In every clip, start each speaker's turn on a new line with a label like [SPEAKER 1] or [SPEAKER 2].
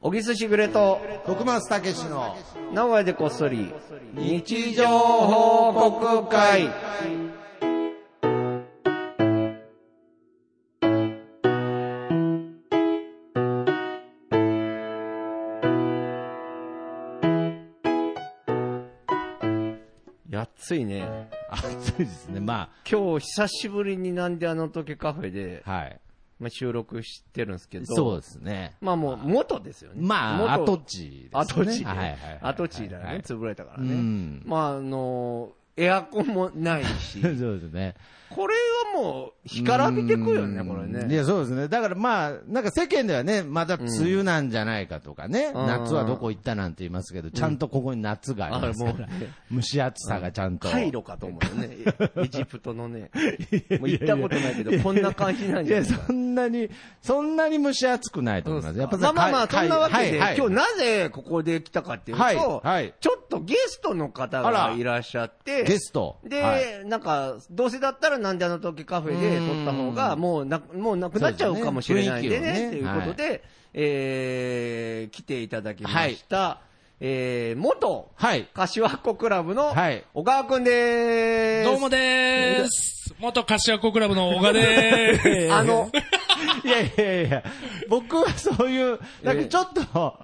[SPEAKER 1] 小木寿しぐれと、
[SPEAKER 2] 徳松たけしの
[SPEAKER 1] 名古屋でこっそり、
[SPEAKER 2] 日常報告会。
[SPEAKER 1] やっついね。
[SPEAKER 2] 暑いですね。ま
[SPEAKER 1] 今日久しぶりになんであの時カフェで、
[SPEAKER 2] あ、はい。
[SPEAKER 1] まあ、収録してるんですけど、
[SPEAKER 2] そうですね。
[SPEAKER 1] まあもう元ですよね。
[SPEAKER 2] まあ、
[SPEAKER 1] 元
[SPEAKER 2] 跡地ですね。
[SPEAKER 1] 跡地ね。
[SPEAKER 2] はいはいはい。
[SPEAKER 1] 跡地だよ
[SPEAKER 2] は
[SPEAKER 1] ね
[SPEAKER 2] い。
[SPEAKER 1] 潰れたから
[SPEAKER 2] う
[SPEAKER 1] ね。
[SPEAKER 2] ん。
[SPEAKER 1] まああの、エアコンもないし
[SPEAKER 2] そ 、うですね。
[SPEAKER 1] これはもう干からびてくよね、
[SPEAKER 2] うん
[SPEAKER 1] これ
[SPEAKER 2] い
[SPEAKER 1] ね。
[SPEAKER 2] や、そうですね。だからまあ、なんか世間ではね、まだ梅雨なんじゃないかとかね、
[SPEAKER 1] うん
[SPEAKER 2] 夏はどこ行ったなんて言いますけど、ちゃんとここに夏がありますか
[SPEAKER 1] あもう
[SPEAKER 2] ら
[SPEAKER 1] ね、
[SPEAKER 2] 蒸し暑さがちゃんと。
[SPEAKER 1] カイロかと思うよ ね。エジプトのね。もう行ったことないけど、こんな感じなん
[SPEAKER 2] い
[SPEAKER 1] じゃ
[SPEAKER 2] や、
[SPEAKER 1] ないか
[SPEAKER 2] そんなに、そんなに蒸し暑くないと思います。やっぱ
[SPEAKER 1] まあまあまあ、そ
[SPEAKER 2] か
[SPEAKER 1] んなわけで、
[SPEAKER 2] はいはい
[SPEAKER 1] 今日なぜここで来たかっていうと、
[SPEAKER 2] はいはい
[SPEAKER 1] ちょっとゲストの方
[SPEAKER 2] あ
[SPEAKER 1] が
[SPEAKER 2] ら
[SPEAKER 1] いらっしゃって、
[SPEAKER 2] ゲスト。
[SPEAKER 1] で、
[SPEAKER 2] はい
[SPEAKER 1] なんか、どうせだったらなんであの時カフェで撮った方が、
[SPEAKER 2] うん
[SPEAKER 1] もうな、もうなくなっちゃうかもしれないんでね、
[SPEAKER 2] そうです
[SPEAKER 1] とい
[SPEAKER 2] ね雰囲気を
[SPEAKER 1] う
[SPEAKER 2] ね
[SPEAKER 1] ことで、えー、来ていただきました、えー、元、
[SPEAKER 2] はい。
[SPEAKER 1] 柏っ子クラブの
[SPEAKER 2] はい、
[SPEAKER 1] 小川くんでーす。
[SPEAKER 3] どうもでーす。元柏子クラブの小賀でーす。
[SPEAKER 1] あの、
[SPEAKER 2] いやいやいや、僕はそういう、なんかちょっと、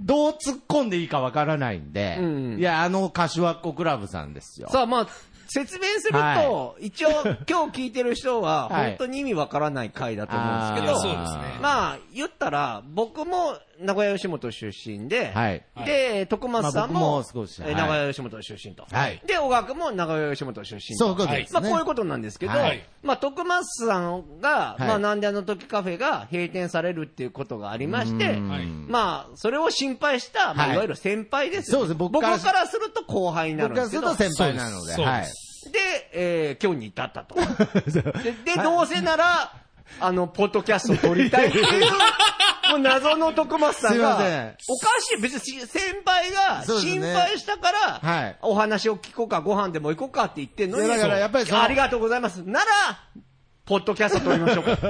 [SPEAKER 2] どう突っ込んでいいかわからないんで、
[SPEAKER 1] うん
[SPEAKER 2] いや、あの、柏っ子クラブさんですよ。
[SPEAKER 1] さあまあ、説明すると、
[SPEAKER 2] は
[SPEAKER 1] 一応 今日聞いてる人は、
[SPEAKER 2] はい
[SPEAKER 1] 本当に意味わからない回だと思うんですけど、
[SPEAKER 3] あーいやそうですね
[SPEAKER 1] まあ、言ったら、僕も名古屋吉本出身で、
[SPEAKER 2] はい
[SPEAKER 1] で、徳松さん
[SPEAKER 2] まあ
[SPEAKER 1] も、
[SPEAKER 2] 僕も少し
[SPEAKER 1] え
[SPEAKER 2] はい
[SPEAKER 1] 名古屋吉本出身と。
[SPEAKER 2] はい
[SPEAKER 1] で、小川君も名古屋吉本出身と。
[SPEAKER 2] そういうことです
[SPEAKER 1] ま
[SPEAKER 2] ね。
[SPEAKER 1] あ、こういうことなんですけど、
[SPEAKER 2] はい
[SPEAKER 1] まあ、徳松さんが、
[SPEAKER 2] はい
[SPEAKER 1] まあ、なんであの時カフェが閉店されるっていうことがありまして、
[SPEAKER 3] はい
[SPEAKER 1] まあ、それを心配した、ま
[SPEAKER 2] は
[SPEAKER 1] あ、
[SPEAKER 2] い
[SPEAKER 1] いわゆる先輩です
[SPEAKER 2] そう
[SPEAKER 1] よ、
[SPEAKER 2] です僕
[SPEAKER 1] 僕
[SPEAKER 2] から
[SPEAKER 1] からすると後輩になる
[SPEAKER 2] 僕
[SPEAKER 1] んで
[SPEAKER 2] から
[SPEAKER 1] す
[SPEAKER 2] す
[SPEAKER 1] け
[SPEAKER 2] る
[SPEAKER 1] ど。
[SPEAKER 2] と先輩なので、
[SPEAKER 3] そうです
[SPEAKER 2] はい。
[SPEAKER 1] で、えー今日に至 ったと。で、でどうせなら、あの、ポッドキャストを撮りたいって いう、もう謎の徳松さんが、お
[SPEAKER 2] すいません
[SPEAKER 1] かしい、別にし先輩が
[SPEAKER 2] そうです
[SPEAKER 1] 心
[SPEAKER 2] ね
[SPEAKER 1] 配したから、
[SPEAKER 2] はい
[SPEAKER 1] お話を聞こうか、ご飯でも行こうかって言ってんのに、
[SPEAKER 2] いやだからやっぱりその
[SPEAKER 1] ありがとうございます。なら、ポッドキャスト撮りまし ょうか。こ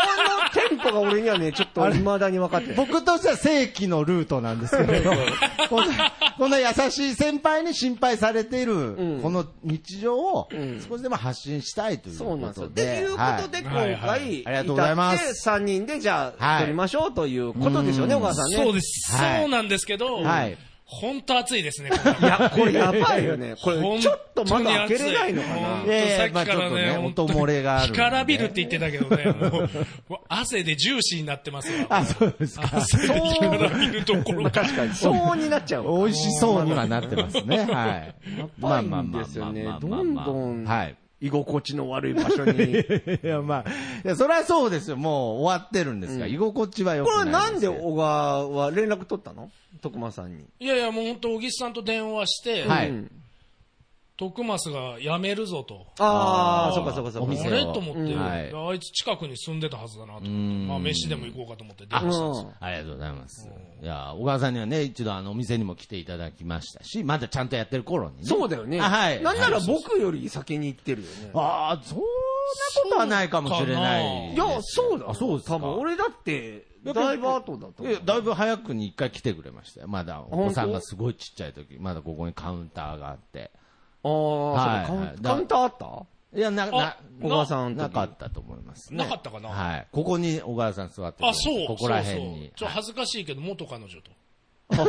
[SPEAKER 1] のテンポが俺にはね、ちょっと未だに分かってない。
[SPEAKER 2] 僕としては正規のルートなんですけれど、 こんなこんな優しい先輩に心配されている
[SPEAKER 1] ん、
[SPEAKER 2] この日常を
[SPEAKER 1] ん
[SPEAKER 2] 少しでも発信したいというこ
[SPEAKER 1] そうなんですよ。
[SPEAKER 2] と
[SPEAKER 1] って
[SPEAKER 2] で。
[SPEAKER 1] いうこ
[SPEAKER 2] はい
[SPEAKER 1] とで、今
[SPEAKER 3] は
[SPEAKER 1] 回、
[SPEAKER 3] いはいは
[SPEAKER 2] あ
[SPEAKER 3] い
[SPEAKER 2] りがとうございます
[SPEAKER 1] 3人で、じゃ
[SPEAKER 2] は
[SPEAKER 1] あ、
[SPEAKER 2] い
[SPEAKER 1] 撮りましょうということですよね、
[SPEAKER 2] うん
[SPEAKER 1] 小川 さんね。
[SPEAKER 3] そうです。
[SPEAKER 2] はい
[SPEAKER 3] そうなんですけど、
[SPEAKER 2] はい
[SPEAKER 3] 本当暑いですね。
[SPEAKER 1] いや、これやばいよね。これ、ちょっとまだ開けれないのか
[SPEAKER 3] 本
[SPEAKER 1] な
[SPEAKER 3] 当に暑い
[SPEAKER 2] いやいや
[SPEAKER 3] さっきか
[SPEAKER 2] まあちょ
[SPEAKER 3] ら
[SPEAKER 2] っとね
[SPEAKER 3] ね、本当
[SPEAKER 2] 本当漏れがあるん
[SPEAKER 3] 干
[SPEAKER 2] で
[SPEAKER 3] からびるって言ってたけどね、もうもう汗でジューシーになってますよ。
[SPEAKER 2] あ、そうですか。
[SPEAKER 3] 汗で干からびるところ
[SPEAKER 1] まあ
[SPEAKER 3] が。
[SPEAKER 1] 確かに。そうになっちゃう。
[SPEAKER 2] 美味しそうにはなってます ね。はい。
[SPEAKER 1] ばいんですよね
[SPEAKER 2] まあ
[SPEAKER 1] ど
[SPEAKER 2] まあまあまあ
[SPEAKER 1] ん
[SPEAKER 2] まあ
[SPEAKER 1] どん
[SPEAKER 2] はい。
[SPEAKER 1] 居心地の悪い場所に。
[SPEAKER 2] いや、まあ、いや、それはそうですよ。もう終わってるんですが、居心地は良
[SPEAKER 1] これ
[SPEAKER 2] くな
[SPEAKER 1] ないん
[SPEAKER 2] す
[SPEAKER 1] で
[SPEAKER 2] よ。
[SPEAKER 1] 小川は連絡取ったの徳間さんに。
[SPEAKER 3] いやいや、もう本当、小木さんと電話して、
[SPEAKER 2] は
[SPEAKER 1] う
[SPEAKER 2] い。
[SPEAKER 1] ん
[SPEAKER 3] 徳増が辞めるぞと。
[SPEAKER 1] あ
[SPEAKER 2] あ
[SPEAKER 1] あ、
[SPEAKER 2] ー
[SPEAKER 1] そっかそっかそっ
[SPEAKER 2] お
[SPEAKER 1] か。
[SPEAKER 3] あ
[SPEAKER 2] 店
[SPEAKER 3] れと思って、
[SPEAKER 2] うんはい
[SPEAKER 3] あいつ近くに住んでたはずだなと思って、
[SPEAKER 2] ん
[SPEAKER 3] まあ飯でも行こうかと思って電
[SPEAKER 2] あ
[SPEAKER 3] 話したんですよ。
[SPEAKER 2] ありがとうございます。いや、小川さんにはね、一度あの、お店にも来ていただきましたし、まだちゃんとやってる頃にね。
[SPEAKER 1] そうだよね。
[SPEAKER 2] あはい。
[SPEAKER 1] なんなら
[SPEAKER 2] はい
[SPEAKER 1] 僕より先に行ってるよね。
[SPEAKER 2] ああ、そんなことはないかもしれない。
[SPEAKER 1] いや、そうだよ。
[SPEAKER 2] あそうですか
[SPEAKER 1] 多分俺だって、だいぶ後だと思
[SPEAKER 2] え
[SPEAKER 1] う。
[SPEAKER 2] だいぶ早くに一回来てくれましたよ。まだお子さんがすごいちっちゃい時、まだここにカウンターがあって。
[SPEAKER 1] ああ、そう
[SPEAKER 2] は
[SPEAKER 1] か
[SPEAKER 2] い
[SPEAKER 1] カウンカウンターあった
[SPEAKER 2] いや、な、な
[SPEAKER 3] あ、
[SPEAKER 1] 小川さんの
[SPEAKER 2] な
[SPEAKER 1] 時
[SPEAKER 2] かったと思いますね。
[SPEAKER 3] なかったかな
[SPEAKER 2] はい。ここに小川さん座ってる
[SPEAKER 3] あ、そう。
[SPEAKER 2] ここら辺に。
[SPEAKER 3] そうそうちょっと恥ずかしいけど、元彼女と。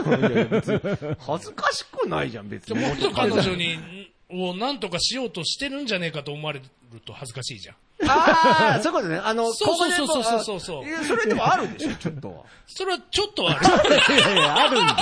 [SPEAKER 1] 恥ずかしくないじゃん、別
[SPEAKER 3] じ
[SPEAKER 1] に。
[SPEAKER 3] ゃあ元彼女に、を何とかしようとしてるんじゃねえかと思われると恥ずかしいじゃん。
[SPEAKER 1] ああ、そういうことね。あの、
[SPEAKER 3] そうそうそう
[SPEAKER 1] ここでこ
[SPEAKER 3] そうそうそうそう
[SPEAKER 1] あいやそれでもあるでしょ、ちょっとは。
[SPEAKER 3] それはちょっとはあ
[SPEAKER 2] いやいや、ある んだよ。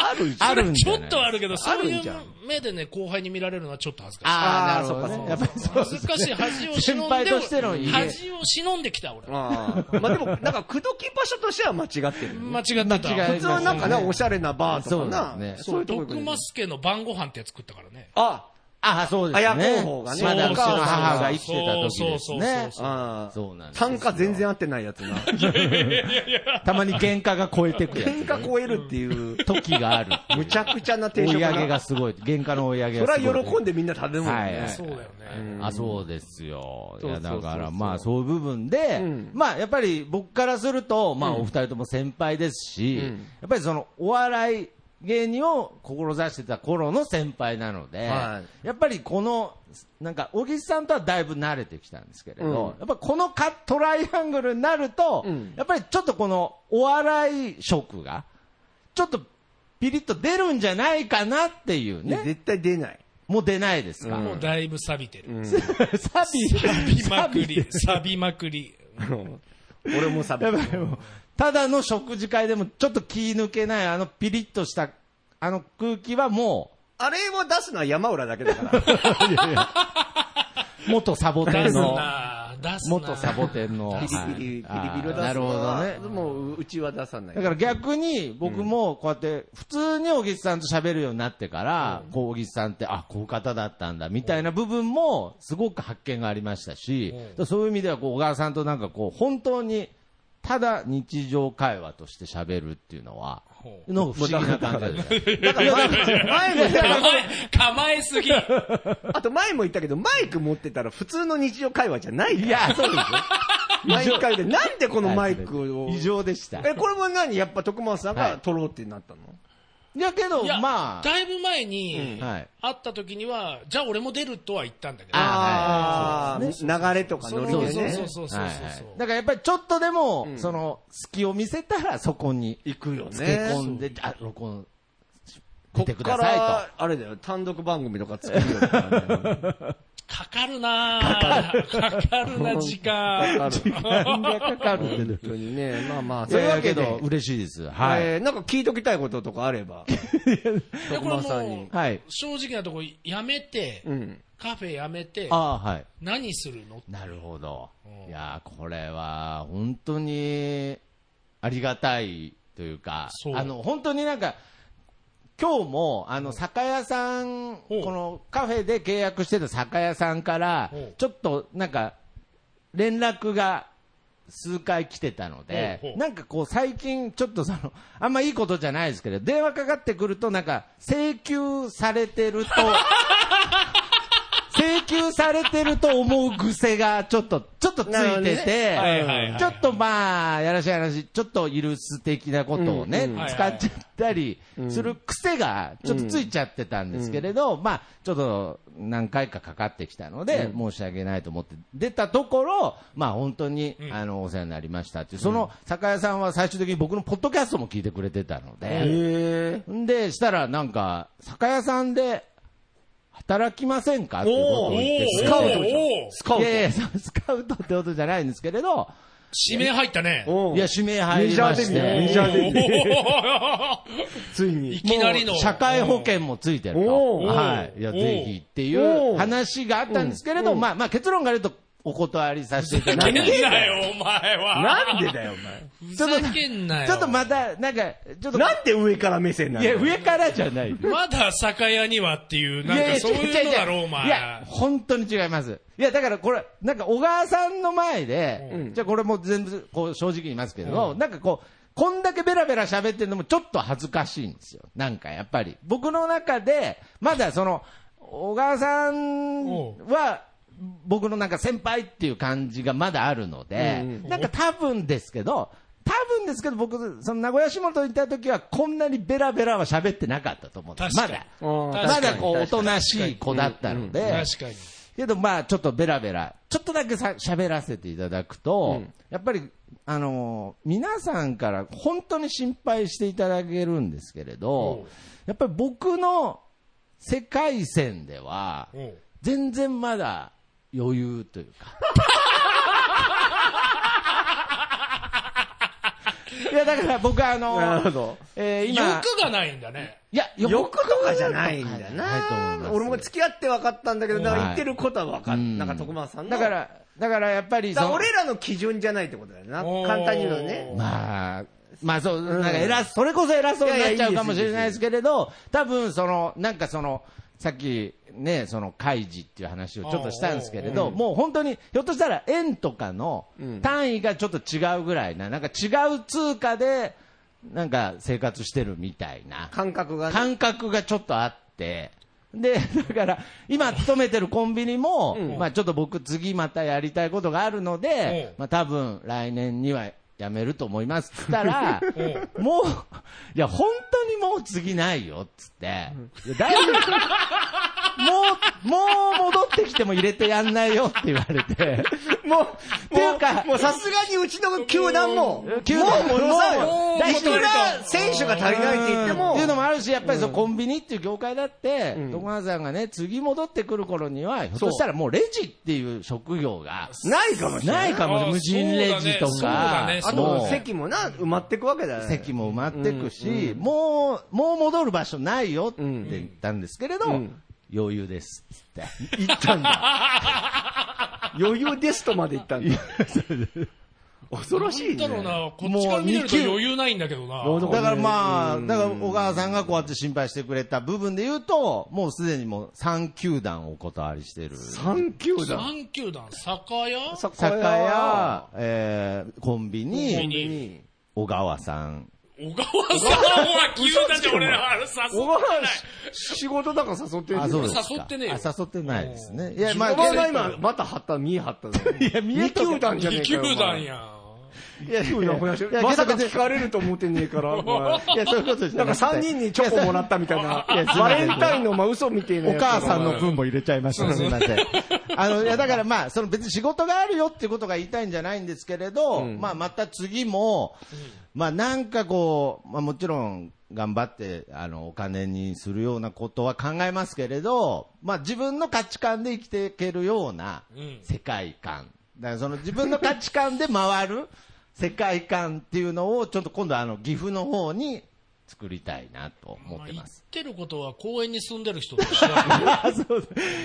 [SPEAKER 2] あるある
[SPEAKER 3] る。
[SPEAKER 2] ん
[SPEAKER 3] ち
[SPEAKER 2] だ
[SPEAKER 3] ょ
[SPEAKER 2] よ。
[SPEAKER 3] っとはあるけど、そうい
[SPEAKER 1] あるん
[SPEAKER 3] う
[SPEAKER 1] じゃん
[SPEAKER 3] 目でね、後輩に見られるのはちょっと恥ずかしい。
[SPEAKER 2] ああ、なる
[SPEAKER 1] あー
[SPEAKER 2] ほど
[SPEAKER 1] そう
[SPEAKER 2] ね。
[SPEAKER 1] か
[SPEAKER 2] やっぱりそうです
[SPEAKER 3] 恥ずかしい恥を忍ん
[SPEAKER 2] 先輩
[SPEAKER 3] で、
[SPEAKER 2] としての家
[SPEAKER 3] 恥を忍んできた、俺。
[SPEAKER 1] ああ。まあでも、なんか、口説き場所としては間違ってるよね。
[SPEAKER 3] 間違ってた。
[SPEAKER 2] 間違
[SPEAKER 1] 普
[SPEAKER 2] え
[SPEAKER 1] 通はなんかね、
[SPEAKER 2] そうですね
[SPEAKER 1] おしゃれなバーとかな
[SPEAKER 2] そうですね。
[SPEAKER 1] そういうとこ行く
[SPEAKER 3] 徳
[SPEAKER 1] ね
[SPEAKER 3] マスケの晩ご飯ってやつ食ったからね。
[SPEAKER 1] あ、
[SPEAKER 2] あ、そうです
[SPEAKER 1] 親孝
[SPEAKER 2] ね。
[SPEAKER 1] 行がね
[SPEAKER 2] まだうち
[SPEAKER 1] そう
[SPEAKER 2] の
[SPEAKER 1] そうそう
[SPEAKER 2] 母が生きてた時ですね。
[SPEAKER 3] そう
[SPEAKER 1] あ
[SPEAKER 2] そうなんですよ
[SPEAKER 1] 単価全然合ってないやつな。
[SPEAKER 2] たまに原価が超えてくやつね、
[SPEAKER 1] 喧嘩超えるっていう、
[SPEAKER 2] 時がある。
[SPEAKER 1] むちゃくちゃな定
[SPEAKER 2] 追
[SPEAKER 1] 食
[SPEAKER 2] い上げ
[SPEAKER 1] な
[SPEAKER 2] が。すごい。原価の追い上げ
[SPEAKER 1] そ
[SPEAKER 2] が
[SPEAKER 1] れ
[SPEAKER 2] すご
[SPEAKER 1] は
[SPEAKER 2] い。
[SPEAKER 1] 喜んでみんな食べるもん
[SPEAKER 2] はいはい
[SPEAKER 1] ね。
[SPEAKER 3] そうだよね。
[SPEAKER 2] あ、そうですよ。い
[SPEAKER 1] そう
[SPEAKER 2] や、
[SPEAKER 1] そうそうそ
[SPEAKER 2] だ
[SPEAKER 1] う
[SPEAKER 2] から、まあ、そういう部分で、
[SPEAKER 1] うん
[SPEAKER 2] まあ、やっぱり僕からすると、まあ、
[SPEAKER 1] うん
[SPEAKER 2] お二人とも先輩ですし、
[SPEAKER 1] うん
[SPEAKER 2] やっぱりその、お笑い芸人を志してた頃の先輩なので、
[SPEAKER 1] は
[SPEAKER 2] やっぱりこの、なんか、小木さんとはだいぶ慣れてきたんですけれど、
[SPEAKER 1] うん
[SPEAKER 2] やっぱこのカトライアングルになると、
[SPEAKER 1] うん
[SPEAKER 2] やっぱりちょっとこの、お笑い色が、ちょっと、ピリッと出るんじゃないかなっていう
[SPEAKER 1] いや
[SPEAKER 2] ね。
[SPEAKER 1] 絶対出ない。
[SPEAKER 2] もう出ないですか。
[SPEAKER 3] もうだいぶ錆びてる。
[SPEAKER 1] うん
[SPEAKER 2] サビ、
[SPEAKER 3] 錆びまくり、錆びまくり。
[SPEAKER 1] 俺もサビ。
[SPEAKER 2] やばいもうただの食事会でもちょっと気抜けない、あのピリッとした、あの空気はも
[SPEAKER 1] あれを出すのは山浦だけだから。
[SPEAKER 2] う、元サボテ
[SPEAKER 3] 出
[SPEAKER 2] ン
[SPEAKER 3] す
[SPEAKER 2] の、
[SPEAKER 3] なぁ、出すなぁ
[SPEAKER 2] 元サボテンの、
[SPEAKER 1] ピリ
[SPEAKER 2] は
[SPEAKER 1] ピ
[SPEAKER 2] い
[SPEAKER 1] リ、ピリピリを出すのは。
[SPEAKER 2] なるほどね。
[SPEAKER 1] もう、うちは出さない。
[SPEAKER 2] だから逆に僕もこうやって普通に小木さんと喋るようになってから、こう小木さんって、あ、こういう方だったんだみたいな部分もすごく発見がありましたし、そういう意味ではこう小川さんとなんかこう本当にただ日常会話として喋るっていうのは、の不思議な感じですね。
[SPEAKER 1] だから前も言った
[SPEAKER 3] 構え、構えすぎ。
[SPEAKER 1] あと前も言ったけど、マイク持ってたら普通の日常会話じゃないいや、そうですよ。 毎回で、なんでこのマイクを。
[SPEAKER 2] 異常でした。
[SPEAKER 1] え、これも何やっぱ徳松さん
[SPEAKER 2] はい
[SPEAKER 1] が撮ろうってなったの
[SPEAKER 2] いやけど、
[SPEAKER 3] いや、
[SPEAKER 2] ま
[SPEAKER 3] だいぶ前
[SPEAKER 2] あ、
[SPEAKER 3] に、
[SPEAKER 2] はい。
[SPEAKER 3] 会った時には、じゃあ俺も出るとは言ったんだけど。
[SPEAKER 2] あ
[SPEAKER 1] ああ、流れとか
[SPEAKER 3] そ
[SPEAKER 1] ノ
[SPEAKER 3] の
[SPEAKER 1] リでね。
[SPEAKER 3] そうそうそうそうそう
[SPEAKER 2] はいはいだからやっぱりちょっとでも、その、隙を見せたらそこに
[SPEAKER 1] 行くよね。
[SPEAKER 2] つけ込んで、あ、録音
[SPEAKER 1] こ
[SPEAKER 2] し
[SPEAKER 1] って
[SPEAKER 2] くだ
[SPEAKER 1] か
[SPEAKER 2] さいと。
[SPEAKER 1] ら、あれだよ、単独番組とか作るよとか ね。
[SPEAKER 3] かかるなぁ。かかるな、時 間。
[SPEAKER 2] 時間がかかる
[SPEAKER 1] 本当にね、まあまあ、
[SPEAKER 2] そ
[SPEAKER 1] そう
[SPEAKER 2] うい
[SPEAKER 1] いうう
[SPEAKER 2] わ
[SPEAKER 1] わ
[SPEAKER 2] け
[SPEAKER 1] け
[SPEAKER 2] で
[SPEAKER 1] で、
[SPEAKER 2] 嬉しいです。はい。
[SPEAKER 1] えーなんか聞いときたいこととかあれ ば、
[SPEAKER 3] や
[SPEAKER 1] 徳
[SPEAKER 3] これもう
[SPEAKER 1] 間さんに。
[SPEAKER 2] はい。
[SPEAKER 3] 正直なとこ、やめて、
[SPEAKER 1] うん。
[SPEAKER 3] カフェやめて
[SPEAKER 2] あ、あ、はい。
[SPEAKER 3] 何するの
[SPEAKER 2] なるほど。いやー、これは、本当に、ありがたいというか
[SPEAKER 3] そ、う
[SPEAKER 2] あの、本当になんか、今日も、あの、酒屋さん、こ
[SPEAKER 3] ほう
[SPEAKER 2] のカフェで契約してた酒屋さんから
[SPEAKER 3] ほう、
[SPEAKER 2] ちょっと、なんか、連絡が数回来てたので
[SPEAKER 3] ほうほ、う
[SPEAKER 2] なんかこう最近ちょっとその、あんまいいことじゃないですけど、電話かかってくるとなんか請求されて ると、請求されてると思う癖がちょっと、ちょっとついてて、
[SPEAKER 3] なるほどねはいはいはい
[SPEAKER 2] ちょっとまあ、やらしいやらしい、ちょっと許す的なことをね、
[SPEAKER 1] うん
[SPEAKER 3] うん
[SPEAKER 2] 使っちゃったりする癖がちょっとついちゃってたんですけれど、まあ、ちょっと何回かかかってきたので、申し訳ないと思って出たところ、まあ本当に、あの、お世話になりましたっていう、その酒屋さんは最終的に僕のポッドキャストも聞いてくれてたの
[SPEAKER 1] え
[SPEAKER 2] で、んで、したらなんか、酒屋さんで働きませんかっていうことを言って、
[SPEAKER 1] スカウト
[SPEAKER 3] お
[SPEAKER 1] じゃん
[SPEAKER 3] ー。
[SPEAKER 1] スカウ
[SPEAKER 2] いやいや、そうスカウトってことじゃないんですけれど、
[SPEAKER 3] 指名入ったね。
[SPEAKER 1] ト。
[SPEAKER 2] いや、指名入りまし
[SPEAKER 1] メ
[SPEAKER 2] て、
[SPEAKER 1] ジャーデビューメジャーデビュー。つい
[SPEAKER 3] い
[SPEAKER 1] に。
[SPEAKER 3] きなりの。
[SPEAKER 2] 社会保険もついてると。
[SPEAKER 1] おー
[SPEAKER 2] はい。いや、
[SPEAKER 3] おー
[SPEAKER 2] ぜひってい
[SPEAKER 1] お
[SPEAKER 2] う
[SPEAKER 1] ー
[SPEAKER 2] 話があったんですけれど、まあ、まあ、結論から言うと、お断りさせていただ
[SPEAKER 3] ふざ
[SPEAKER 2] いて、
[SPEAKER 3] けんなよ、お前は。
[SPEAKER 1] なんでだよ、お前。
[SPEAKER 3] ふざけんなよ。
[SPEAKER 2] ちょっとまた、なんか、ちょっ と、
[SPEAKER 1] なんで上から目線ないの
[SPEAKER 2] や、上からじゃない。
[SPEAKER 3] まだ酒屋にはっていう、なんかそういうのだろう、お
[SPEAKER 2] いや
[SPEAKER 3] 前、。
[SPEAKER 2] 本当に違います。いや、だからこれ、なんか小川さんの前で、じゃあこれも全部、こう、正直に言いますけど、なんかこう、こんだけベラベラ喋ってるのもちょっと恥ずかしいんですよ。なんかやっぱり。僕の中で、まだその、小川さん
[SPEAKER 3] おう
[SPEAKER 2] は、僕のなんか先輩っていう感じがまだあるので、なんか多分ですけど、多分ですけど僕、その名古屋下本にいた時はこんなにベラベラは喋ってなかったと思うんです。ま
[SPEAKER 3] 確かに
[SPEAKER 2] だ。
[SPEAKER 1] うん
[SPEAKER 3] 確かに
[SPEAKER 2] まだこう、おとなしい子だったので、
[SPEAKER 3] 確かに。
[SPEAKER 2] けどまあ、ちょっとベラベラ、ちょっとだけさ喋らせていただくと、やっぱり、あのー皆さんから本当に心配していただけるんですけれど、やっぱり僕の世界線では、
[SPEAKER 3] うん
[SPEAKER 2] 全然まだ余裕という か。いや、だから僕はあのー
[SPEAKER 1] なるほど。
[SPEAKER 2] えー今、
[SPEAKER 3] 欲がないんだね。
[SPEAKER 2] いや、
[SPEAKER 1] 欲とかじゃないんだ
[SPEAKER 2] ないと思います
[SPEAKER 1] な。俺も付き合って分かったんだけど、なんか言ってることは分か
[SPEAKER 2] う
[SPEAKER 1] っ
[SPEAKER 2] ん
[SPEAKER 1] なんか徳松さんの。
[SPEAKER 2] だか、ら、だからやっぱりそ
[SPEAKER 1] だ
[SPEAKER 2] の
[SPEAKER 1] から俺らの基準じゃないってことだよな。
[SPEAKER 3] おー
[SPEAKER 1] 簡単に言うのね。
[SPEAKER 2] まあ、まあそう、なんか偉そ、それこそ偉そうになっちゃうかもしれないですけれど、多分その、なんかその、さっきね、その開示っていう話をちょっとしたんですけれど、もう本当に、ひょっとしたら円とかの単位がちょっと違うぐらいな、なんか違う通貨で、なんか生活してるみたいな。
[SPEAKER 1] 感覚がね。
[SPEAKER 2] 感覚がちょっとあって、で、だから、今勤めてるコンビニも、まあちょっと僕次またやりたいことがあるので
[SPEAKER 3] うん、
[SPEAKER 2] まあ多分来年には辞めると思いますっつったら、
[SPEAKER 3] う
[SPEAKER 2] もう、いや、本当にもう次ないよっつって、いやだいぶ、もう、もう戻ってきても入れてやんないよって言われて、
[SPEAKER 1] もう、
[SPEAKER 2] ていうか
[SPEAKER 1] もうもうさすがにうちの球団も、もう
[SPEAKER 2] 球団も
[SPEAKER 1] 戻さない
[SPEAKER 3] もう
[SPEAKER 1] よ。いく
[SPEAKER 3] 戻
[SPEAKER 1] ら
[SPEAKER 3] る
[SPEAKER 1] 選手が足りないって言って
[SPEAKER 2] うん
[SPEAKER 1] も
[SPEAKER 2] っていう、のもあるし、やっぱりそのコンビニっていう業界だって、徳川さんがね、次戻ってくる頃には、ひょっとしたらもうレジっていう職業が、
[SPEAKER 1] ないかもしれな。
[SPEAKER 2] ないいかもしれない。
[SPEAKER 3] あ
[SPEAKER 2] 無人レジと
[SPEAKER 3] そう
[SPEAKER 2] か
[SPEAKER 3] だね、そ
[SPEAKER 1] あ
[SPEAKER 3] うだね
[SPEAKER 2] もう
[SPEAKER 1] と、席もな、埋まってくわけだよね。
[SPEAKER 2] 席も埋まってくし、もう、もう戻る場所ないよって言ったんですけれど、
[SPEAKER 1] うん
[SPEAKER 2] 余裕ですっつ って。
[SPEAKER 1] 行ったんだ。余裕ですとまで行ったんだ。恐ろしいね。
[SPEAKER 3] なんだろうな、こっちから見てると余裕ないんだけどな。
[SPEAKER 1] もう二級
[SPEAKER 2] だからまあ、だから小川さんがこうやって心配してくれた部分で言うと、もうすでにもう3球団お断りしてる。
[SPEAKER 1] 三球団。
[SPEAKER 3] 三球団、酒屋
[SPEAKER 1] 酒
[SPEAKER 2] 酒屋、えー、コンビニ、
[SPEAKER 3] コンビニ
[SPEAKER 1] に
[SPEAKER 2] 小川さん。
[SPEAKER 3] 小川さんは球団じゃ俺らは
[SPEAKER 1] 小
[SPEAKER 3] 誘っ
[SPEAKER 1] 川
[SPEAKER 3] てない。
[SPEAKER 1] 仕事だから誘ってる。
[SPEAKER 2] あ、そうですすか。
[SPEAKER 3] 誘ってねえよ
[SPEAKER 2] あ誘ってないですね。いや、
[SPEAKER 1] ま
[SPEAKER 2] まあ、
[SPEAKER 1] あ、
[SPEAKER 2] けど
[SPEAKER 1] が今、また張った、見え張ったぞ。いや、見
[SPEAKER 2] えたけど
[SPEAKER 1] 球団じゃね
[SPEAKER 3] 二
[SPEAKER 1] えかよ。
[SPEAKER 3] 球団や。
[SPEAKER 1] お前。二球団増やし
[SPEAKER 2] い や
[SPEAKER 1] まさか聞かれると思ってねえから、お前
[SPEAKER 2] いや、そういうことです
[SPEAKER 1] なんか三人にチョコもらったみたいな、バレンタインのまあ嘘みたいな
[SPEAKER 2] お
[SPEAKER 1] やつだな。
[SPEAKER 2] 母さんの分も入れちゃいました、すみません。あの、いや、だからまあ、その別に仕事があるよっていうことが言いたいんじゃないんですけれど、まあ、また次も、まあ、なんかこう、まあ、もちろん、頑張って、あの、お金にするようなことは考えますけれど、まあ、自分の価値観で生きていけるような
[SPEAKER 3] うん
[SPEAKER 2] 世界観。だから、その自分の価値観で回る 世界観っていうのを、ちょっと今度、あの、岐阜の方に作りたいなと思
[SPEAKER 3] ま
[SPEAKER 2] っ
[SPEAKER 3] あ
[SPEAKER 2] て
[SPEAKER 3] 言っ
[SPEAKER 2] ます。
[SPEAKER 3] てることは公園に住んでる人と一緒だけどマジで。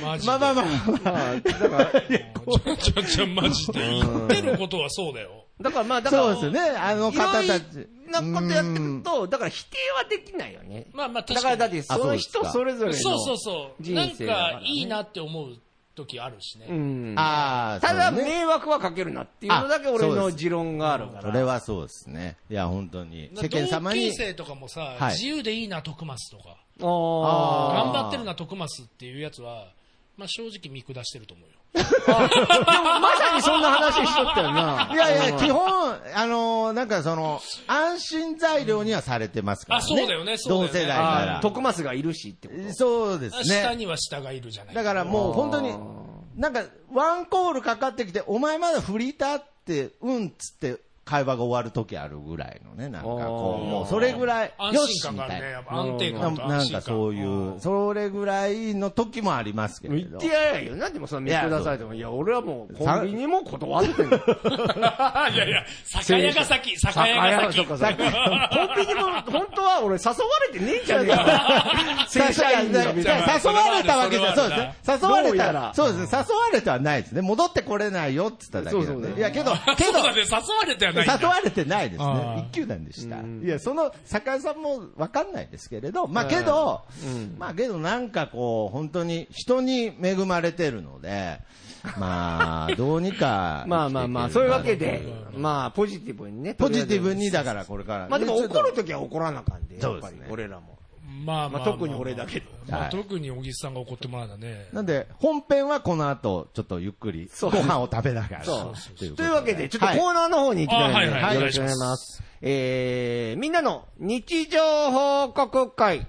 [SPEAKER 2] まあまあまあまあ、
[SPEAKER 3] ちょちょちょ、マジで。言ってることはそうだよ。
[SPEAKER 1] だからまあ、だから、
[SPEAKER 2] そうですよね、あの
[SPEAKER 1] いろ
[SPEAKER 2] 方
[SPEAKER 1] い
[SPEAKER 2] たち。
[SPEAKER 1] ろなことやってくと、だから否定はできないよね。
[SPEAKER 3] まあまあ
[SPEAKER 1] だ
[SPEAKER 3] 確
[SPEAKER 1] か
[SPEAKER 3] からに。
[SPEAKER 1] だって、その人それぞれの。
[SPEAKER 3] そうそうそう。
[SPEAKER 1] 人
[SPEAKER 3] なん
[SPEAKER 1] 生だからね
[SPEAKER 3] かいいなって思う時あるしね。
[SPEAKER 1] うん
[SPEAKER 2] ああ、
[SPEAKER 1] ただ、
[SPEAKER 2] そうね、
[SPEAKER 1] 迷惑はかけるなっていうのだけ俺の持論があるか
[SPEAKER 2] そ
[SPEAKER 1] ら。
[SPEAKER 2] れはそうですね。いや、本当に。世間
[SPEAKER 3] 同
[SPEAKER 2] 様に
[SPEAKER 3] 級。生とかもさ、
[SPEAKER 2] はい
[SPEAKER 3] 自由でいいな、徳松とか。
[SPEAKER 1] あ
[SPEAKER 2] あー
[SPEAKER 3] 頑張ってるな、徳松っていうやつは、まあ正直見下してると思うよ。
[SPEAKER 1] あ。まさにそんな話しとったよ な。
[SPEAKER 2] いやいや、基本、あのーなんかその、安心材料にはされてますからね。
[SPEAKER 3] あそうだよねそうだよね
[SPEAKER 2] 同世代
[SPEAKER 1] あー
[SPEAKER 2] か
[SPEAKER 1] 徳松がいるしってこ
[SPEAKER 2] ら。そうです
[SPEAKER 3] 下
[SPEAKER 2] ね。
[SPEAKER 3] には下がいるじゃない。
[SPEAKER 2] だからもう本当に、なんか、ワンコールかかってきて、お前まだフリーターって、うんっつって、会話が終わる時あるぐらいのね、なんかこ
[SPEAKER 1] あ
[SPEAKER 2] う、
[SPEAKER 1] ー
[SPEAKER 2] もうそれぐらい、
[SPEAKER 3] 安
[SPEAKER 2] よし
[SPEAKER 3] 心
[SPEAKER 2] み
[SPEAKER 3] 感があ
[SPEAKER 2] たい
[SPEAKER 3] るね。
[SPEAKER 2] な
[SPEAKER 3] やっ。ぱ安定
[SPEAKER 2] な
[SPEAKER 3] 感と
[SPEAKER 2] な
[SPEAKER 3] 安
[SPEAKER 2] ん
[SPEAKER 3] 心
[SPEAKER 2] か
[SPEAKER 3] 感。
[SPEAKER 2] そういう、それぐらいの時もありますけ
[SPEAKER 1] と。
[SPEAKER 2] れ
[SPEAKER 1] 言っ
[SPEAKER 2] ど
[SPEAKER 1] て。やれよなんでもそんな見下されても。いや、俺はもうコンビニも断ってんの。
[SPEAKER 3] いやいや、酒屋が 先、酒屋が先。
[SPEAKER 1] コンビニも、本当は俺誘われてねえんじゃねえ か。正
[SPEAKER 2] 確
[SPEAKER 1] 社
[SPEAKER 2] か
[SPEAKER 1] 員
[SPEAKER 2] に
[SPEAKER 1] だ
[SPEAKER 2] だ
[SPEAKER 1] よ
[SPEAKER 2] か
[SPEAKER 1] みたいな
[SPEAKER 2] ら誘われたわけじゃ、
[SPEAKER 3] そ
[SPEAKER 2] そうです
[SPEAKER 3] れはある
[SPEAKER 2] ね
[SPEAKER 3] な。
[SPEAKER 2] 誘わ
[SPEAKER 1] どう
[SPEAKER 2] れ
[SPEAKER 1] や
[SPEAKER 2] た
[SPEAKER 1] ら
[SPEAKER 2] ら、そうですね。誘われてはないですね。戻ってこれないよって言っただけ
[SPEAKER 1] そ
[SPEAKER 2] な
[SPEAKER 1] うんそう
[SPEAKER 2] で。いや、けど、け
[SPEAKER 3] そう
[SPEAKER 2] ど
[SPEAKER 3] だ、ね、誘われてはないんだ。
[SPEAKER 2] 誘われてないです
[SPEAKER 3] あー
[SPEAKER 2] ね。一級なんでした。いや、その、酒井さんもわかんないですけれど、まあけど、まあけどなんかこう、本当に人に恵まれてるので、ま あ、どうにか。
[SPEAKER 1] まあまあまあ、そういうわけ
[SPEAKER 2] で。
[SPEAKER 1] で、まあ、ポジティブにね。
[SPEAKER 2] ポジティブに、だからこれから。
[SPEAKER 1] まあでも
[SPEAKER 2] ちょっと
[SPEAKER 1] 怒るときは怒らなあかんで、やっぱ
[SPEAKER 2] そう
[SPEAKER 1] り
[SPEAKER 2] ですね
[SPEAKER 1] 俺らも。
[SPEAKER 3] まあまあ
[SPEAKER 1] まあ特に俺だけど
[SPEAKER 3] ま
[SPEAKER 2] は
[SPEAKER 3] あ
[SPEAKER 2] い
[SPEAKER 3] 特に小木さんが怒ってもらうんだね。
[SPEAKER 2] なんで、本編はこの後、ちょっとゆっくり、ご飯を食べながら。
[SPEAKER 1] そう
[SPEAKER 2] ということと
[SPEAKER 1] い
[SPEAKER 2] で
[SPEAKER 1] うわけで、ちょっとコーナーの方に行きたいので、
[SPEAKER 3] はいあはいはい
[SPEAKER 1] よろしくお願いします。えー、みんなの日常報告会。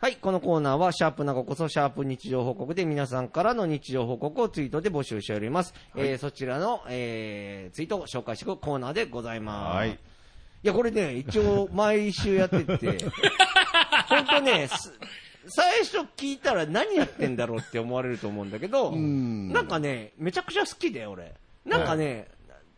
[SPEAKER 1] はい、このコーナーは、シャープなここそ、シャープ日常報告で皆さんからの日常報告をツイートで募集しております。えーそちらの、えー、ツイートを紹介していくコーナーでございます。
[SPEAKER 2] はい
[SPEAKER 1] いや、これね、一応、毎週やってて、本当ね、す最初聞いたら何やってんだろうって思われると思うんだけど、
[SPEAKER 2] ん
[SPEAKER 1] なんかね、めちゃくちゃ好きで、俺。なんかね、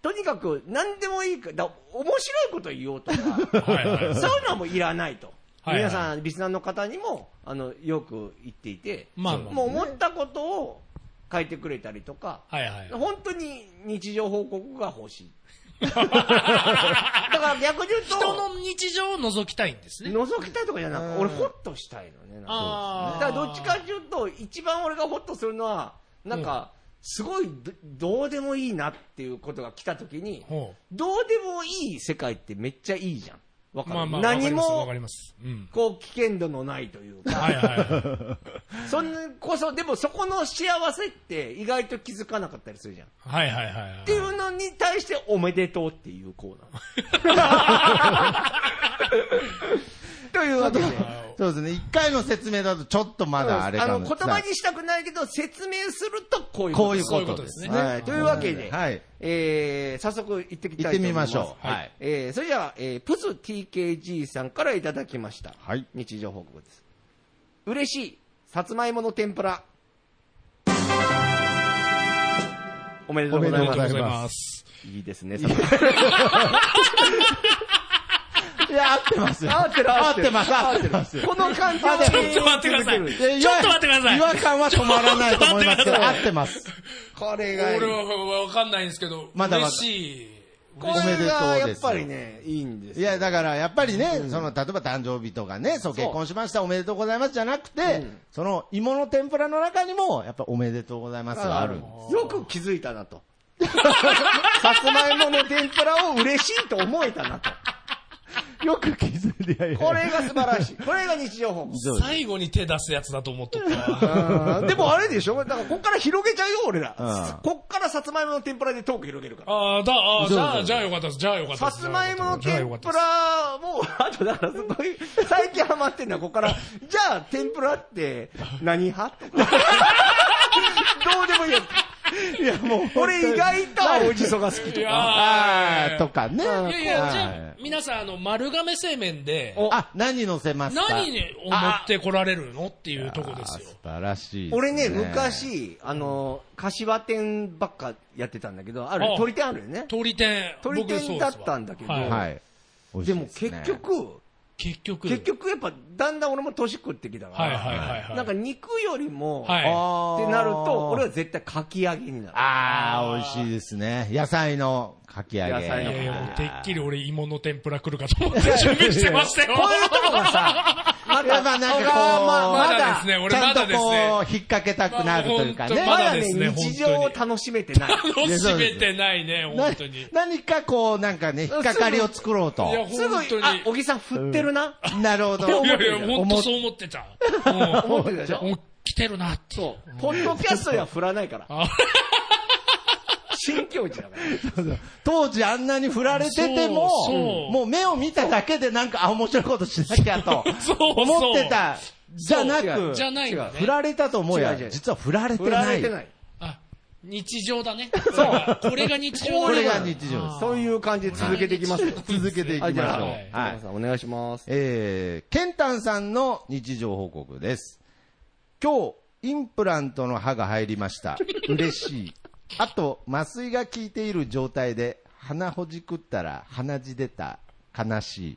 [SPEAKER 1] とにかく何でもいいか、だ面白いこと言おうとか、
[SPEAKER 3] はいはいはい
[SPEAKER 1] サウナもいらないと。
[SPEAKER 3] はいはい
[SPEAKER 1] 皆さん、リスナーの方にも、あの、よく言っていて、
[SPEAKER 3] まあまあ
[SPEAKER 1] もう思ったことを書いてくれたりとか、
[SPEAKER 3] はいはい。
[SPEAKER 1] 本当に日常報告が欲しい。だから逆に言うと、
[SPEAKER 3] 人の日常を覗きたいんですね。
[SPEAKER 1] 覗きたいとかじゃなくて、俺ホッとしたいのね。なんか
[SPEAKER 3] あ
[SPEAKER 1] だ
[SPEAKER 3] あ。
[SPEAKER 1] からどっちかっていうと、一番俺がホッとするのは、なんか、すごいどどうでもいいなっていうことが来た時に、
[SPEAKER 3] ほ
[SPEAKER 1] どうでもいい世界ってめっちゃいいじゃん。わ
[SPEAKER 3] う。
[SPEAKER 1] かる、
[SPEAKER 3] まあまあ、
[SPEAKER 1] 何も
[SPEAKER 3] わか、りますわかります。
[SPEAKER 1] こう、危険度のないという
[SPEAKER 3] うん。
[SPEAKER 1] か、
[SPEAKER 3] はいはいはい。
[SPEAKER 1] そんなこそ、でもそこの幸せって意外と気づかなかったりするじゃん。っ
[SPEAKER 3] はいはいはいはい。
[SPEAKER 1] ていうのに対して、おめでとうっていうコーナー。 というわけで。
[SPEAKER 2] そうですね。一回の説明だとちょっとまだあれ
[SPEAKER 1] あ
[SPEAKER 2] か
[SPEAKER 1] の
[SPEAKER 2] も。
[SPEAKER 1] 言葉にしたくないけど、説明するとこういう
[SPEAKER 2] こういう
[SPEAKER 3] そういう
[SPEAKER 2] こ
[SPEAKER 3] こ
[SPEAKER 2] と
[SPEAKER 3] とで
[SPEAKER 2] ですす
[SPEAKER 3] ね
[SPEAKER 2] ね。
[SPEAKER 1] はいというわけで
[SPEAKER 2] はい。
[SPEAKER 1] えー、早速行ってき
[SPEAKER 2] 行
[SPEAKER 1] た
[SPEAKER 2] っ
[SPEAKER 1] いと思
[SPEAKER 2] て
[SPEAKER 1] い
[SPEAKER 2] み
[SPEAKER 1] ま。
[SPEAKER 2] ますしょう。
[SPEAKER 3] は
[SPEAKER 2] はいい。
[SPEAKER 1] えー、それでは、えー、プズ TKG さんからいただきました。
[SPEAKER 2] はい。
[SPEAKER 1] 日常報告です。嬉しい、さつまいもの天ぷら。おめでとうござ
[SPEAKER 3] あ
[SPEAKER 1] います
[SPEAKER 2] おめで
[SPEAKER 3] りがとうござい
[SPEAKER 2] とうござい
[SPEAKER 3] ま。
[SPEAKER 2] ます
[SPEAKER 1] いいですね、さつまいも
[SPEAKER 2] いや、合ってますよ。
[SPEAKER 1] 合ってる合
[SPEAKER 2] 合
[SPEAKER 1] っ
[SPEAKER 2] ってて
[SPEAKER 1] る
[SPEAKER 2] ます。合ってます。
[SPEAKER 1] この感じは
[SPEAKER 2] ちょ
[SPEAKER 3] っと待ってください
[SPEAKER 1] 続ける
[SPEAKER 2] で
[SPEAKER 3] ちょっと待ってください
[SPEAKER 2] 違和感は止まらないと思いますけど、
[SPEAKER 3] ちょっと
[SPEAKER 2] 合
[SPEAKER 3] 待
[SPEAKER 2] ってます。
[SPEAKER 1] これがいい、
[SPEAKER 3] 俺はわかんないんですけど、
[SPEAKER 2] まだまだ
[SPEAKER 3] 嬉しい。
[SPEAKER 1] こ
[SPEAKER 2] おめ
[SPEAKER 1] れ
[SPEAKER 2] でとうですよ
[SPEAKER 1] がやっぱりね、いいんです
[SPEAKER 2] い
[SPEAKER 1] よ
[SPEAKER 2] や、だから、やっぱりね、その、例えば誕生日とかね、そう、結婚しました、おめでとうございますじゃなくて、
[SPEAKER 1] うん
[SPEAKER 2] その、芋の天ぷらの中にも、やっぱおめでとうございますがあるんです。
[SPEAKER 1] よく気づいたな と。さつまいもの天ぷらを嬉しいと思えたな と。
[SPEAKER 2] よく気づいて、いやいや
[SPEAKER 1] これが素晴らしい。これが日常 報告。
[SPEAKER 2] そうです
[SPEAKER 3] 最後に手出すやつだと思ってたわ。
[SPEAKER 1] でもあれでしょだからこっから広げちゃうよ、俺ら
[SPEAKER 2] うん。
[SPEAKER 1] こっからさつまいもの天ぷらでトーク広げるから。
[SPEAKER 3] ああ、だ、ああ、じ
[SPEAKER 2] そうそ
[SPEAKER 3] ゃあ、
[SPEAKER 2] う
[SPEAKER 3] じゃあよかったです。じゃあよかった
[SPEAKER 1] さ
[SPEAKER 3] です。
[SPEAKER 1] つまいもの
[SPEAKER 3] じゃあ
[SPEAKER 1] 天
[SPEAKER 3] よかっ
[SPEAKER 1] ぷ
[SPEAKER 3] たです
[SPEAKER 1] らも、あとだからすごい、最近ハマってんのはここから、じゃあ天ぷらって何派とか。 どうでもいいや
[SPEAKER 2] いや、もう、
[SPEAKER 1] 俺意外と青じそが好き
[SPEAKER 3] い
[SPEAKER 1] と
[SPEAKER 3] や
[SPEAKER 1] か。
[SPEAKER 2] あ
[SPEAKER 3] ー
[SPEAKER 2] ーとかね。
[SPEAKER 3] いやいや、
[SPEAKER 2] はい
[SPEAKER 3] じゃあ、皆さん、あの、丸亀製麺で、
[SPEAKER 1] お
[SPEAKER 2] あ、何乗せますか
[SPEAKER 3] 何に思ってこられるのっていうとこで
[SPEAKER 2] あ。
[SPEAKER 3] すよ
[SPEAKER 2] 素晴らしいです、
[SPEAKER 1] 俺ね、昔、あの、柏店ばっかやってたんだけど、ある
[SPEAKER 3] あ、
[SPEAKER 1] 鳥店あるよね。
[SPEAKER 3] 鳥天、
[SPEAKER 1] 鳥天
[SPEAKER 3] 僕そうですわ
[SPEAKER 1] だったんだけど
[SPEAKER 3] はい
[SPEAKER 2] はい。美味し
[SPEAKER 1] で
[SPEAKER 2] い
[SPEAKER 1] も
[SPEAKER 2] すね
[SPEAKER 1] 結、局、
[SPEAKER 3] 結局。
[SPEAKER 1] 結局やっぱだんだん俺も年食ってきたか
[SPEAKER 3] はい
[SPEAKER 1] ら、
[SPEAKER 3] はいはいはい。
[SPEAKER 1] なんか肉よりも、
[SPEAKER 3] は
[SPEAKER 1] っ
[SPEAKER 3] い
[SPEAKER 2] あー
[SPEAKER 1] てなると、俺は絶対かき揚げになる。
[SPEAKER 2] ああ、美味しいですね。野菜のかき揚げ。
[SPEAKER 1] 野菜の
[SPEAKER 3] いやいや、もう、てっきり
[SPEAKER 2] い
[SPEAKER 3] 俺芋の天ぷら来るかと思って準備してましたよ。
[SPEAKER 1] こう いうとこがさ、ま
[SPEAKER 2] や
[SPEAKER 1] だ、
[SPEAKER 2] まあなんかこう
[SPEAKER 1] まあまあ
[SPEAKER 3] ま
[SPEAKER 1] ま
[SPEAKER 3] だ
[SPEAKER 1] だ
[SPEAKER 3] ですね、俺
[SPEAKER 2] ちゃ
[SPEAKER 3] ま
[SPEAKER 2] んと
[SPEAKER 3] だですね。
[SPEAKER 2] こう、引っ掛けたくなるというかね。
[SPEAKER 1] ま
[SPEAKER 3] ま
[SPEAKER 1] だ
[SPEAKER 3] だ
[SPEAKER 1] ね
[SPEAKER 3] ですね
[SPEAKER 1] 日常を楽しめてない。
[SPEAKER 3] 楽しめてないね、本当に。い
[SPEAKER 2] な何かこう、なんかね、引っかかりを作ろうと。
[SPEAKER 3] や、
[SPEAKER 1] すぐ
[SPEAKER 3] 本当、
[SPEAKER 1] あ
[SPEAKER 3] に、。
[SPEAKER 1] 小木さん振ってるな。
[SPEAKER 2] なるほど。
[SPEAKER 3] いやいや、本
[SPEAKER 2] 思
[SPEAKER 3] 当
[SPEAKER 2] っ
[SPEAKER 3] そう思ってた。うん
[SPEAKER 1] 思ってたでしょ
[SPEAKER 3] もう来てるなって。
[SPEAKER 1] そう。ポッドキャストでは振らないから
[SPEAKER 3] あ。
[SPEAKER 1] 新境地だから。
[SPEAKER 2] 当時あんなに振られてても
[SPEAKER 3] そうそう、
[SPEAKER 2] もう目を見ただけでなんか、あ、面白いことしなきゃと
[SPEAKER 3] そうそう
[SPEAKER 2] 思ってた。じゃな
[SPEAKER 1] そう
[SPEAKER 2] く、
[SPEAKER 3] じゃないよね
[SPEAKER 2] 振られたと思うや
[SPEAKER 1] 違う違う、
[SPEAKER 2] 実は振られて
[SPEAKER 1] 振ら
[SPEAKER 2] な
[SPEAKER 1] れ
[SPEAKER 2] い
[SPEAKER 1] て。ない。
[SPEAKER 3] あ、日常だね。そう。これが日常
[SPEAKER 2] こ
[SPEAKER 3] だ
[SPEAKER 2] れ
[SPEAKER 3] ね。
[SPEAKER 2] が日常です。
[SPEAKER 1] そういう感じで続けていきますよ。
[SPEAKER 2] 続けていきま
[SPEAKER 1] はい、
[SPEAKER 2] し
[SPEAKER 1] じ
[SPEAKER 2] ょう。
[SPEAKER 1] ゃあ、
[SPEAKER 3] はい
[SPEAKER 1] はさんお願いします。
[SPEAKER 2] えー、ケンタンさんの日常報告です。今日、インプラントの歯が入りました。嬉しい。あと、麻酔が効いている状態で、鼻ほじくったら鼻血出た。悲しい。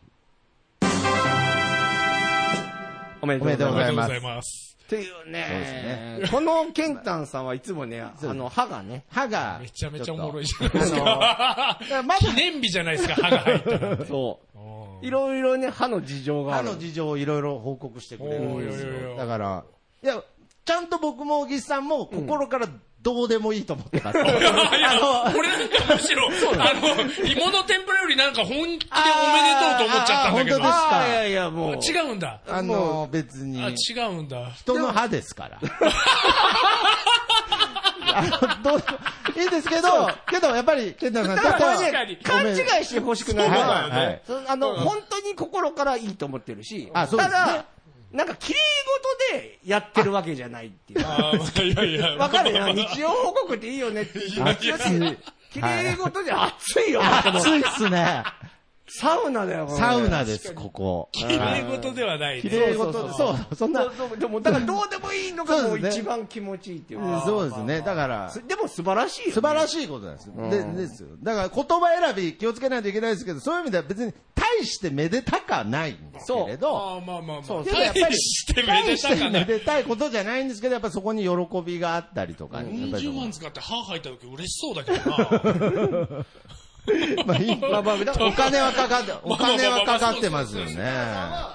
[SPEAKER 1] おめでとうござい
[SPEAKER 3] あ
[SPEAKER 1] ます
[SPEAKER 3] りがとうございます。
[SPEAKER 1] っていうね
[SPEAKER 2] そ
[SPEAKER 1] こ
[SPEAKER 2] う
[SPEAKER 1] のケンタンさんはいつもね、あの、歯がね、
[SPEAKER 2] 歯が、
[SPEAKER 3] めちゃめちゃおもろい
[SPEAKER 2] ち
[SPEAKER 3] じゃないですか。
[SPEAKER 2] ょっと。ま
[SPEAKER 3] 記
[SPEAKER 2] だ、
[SPEAKER 3] 念日じゃないですか、歯が入ったなんて。
[SPEAKER 1] そう。いろいろね、歯の事情があ
[SPEAKER 2] 歯
[SPEAKER 1] る。
[SPEAKER 2] の事情をいろいろ報告してくれるんです
[SPEAKER 3] おーいやいやいや
[SPEAKER 2] よ。だから、いや、ちゃんと僕も小木さんも心からどうでもいいと思ってます。
[SPEAKER 3] いやいや、これなんかむしろ、あの、芋の天ぷらよりなんか本気でおめでとうと思っちゃったんだけど。
[SPEAKER 2] あ
[SPEAKER 1] ああ、いやいや、もう。
[SPEAKER 3] 違うんだ。
[SPEAKER 2] あの、別に。
[SPEAKER 3] あ、違うんだ。
[SPEAKER 2] 人の歯ですから。 あのどういいですけど、けどやっぱり、健太さん、
[SPEAKER 1] だからこ
[SPEAKER 3] 確か
[SPEAKER 1] れ
[SPEAKER 3] に
[SPEAKER 1] ね、勘違いしてほしくないの
[SPEAKER 2] そうなんだよは
[SPEAKER 1] はいそのあの、本当に心からいいと思ってるし、
[SPEAKER 2] あ
[SPEAKER 1] た
[SPEAKER 2] そうですね
[SPEAKER 1] だ、なんか綺麗事でやってるわけじゃないっていう。
[SPEAKER 3] あーいやいや。
[SPEAKER 1] わかるよ、日常報告っていいよねって言う。綺麗事で暑いよ、この
[SPEAKER 2] 暑いっすね。
[SPEAKER 1] サウナだよ、これ
[SPEAKER 2] サウナです、ここ。
[SPEAKER 3] 綺麗事ではない
[SPEAKER 2] 綺
[SPEAKER 3] ね。
[SPEAKER 2] 麗事で、そうそう、そんな、
[SPEAKER 1] そうそうでもだからどうでもいいのがも
[SPEAKER 2] そううですね
[SPEAKER 1] 一番気持ちいいっていう
[SPEAKER 2] うん
[SPEAKER 1] か。
[SPEAKER 2] そうですね。だから、
[SPEAKER 1] すでも素晴らしいよ、ね。
[SPEAKER 2] 素晴ら
[SPEAKER 1] しい。
[SPEAKER 2] しいことなんですよ。でですよ。だから言葉選び気をつけないといけないですけど、そういう意味では別に大してめでたかないんですけれど、
[SPEAKER 3] ああ、まあまあまあ。
[SPEAKER 1] そう
[SPEAKER 2] けどやっぱり
[SPEAKER 3] 大してめ
[SPEAKER 2] 大
[SPEAKER 3] で
[SPEAKER 2] したて
[SPEAKER 3] か
[SPEAKER 2] め
[SPEAKER 3] な。
[SPEAKER 2] でたいことじゃないんですけど、やっぱそこに喜びがあったりとか、やっぱりそ
[SPEAKER 3] 40
[SPEAKER 2] こ
[SPEAKER 3] 万使って歯入った時嬉しそうだけどな。
[SPEAKER 2] まあいい。
[SPEAKER 1] まあ まあだから
[SPEAKER 2] お金はかかって、お金はかかってますよね。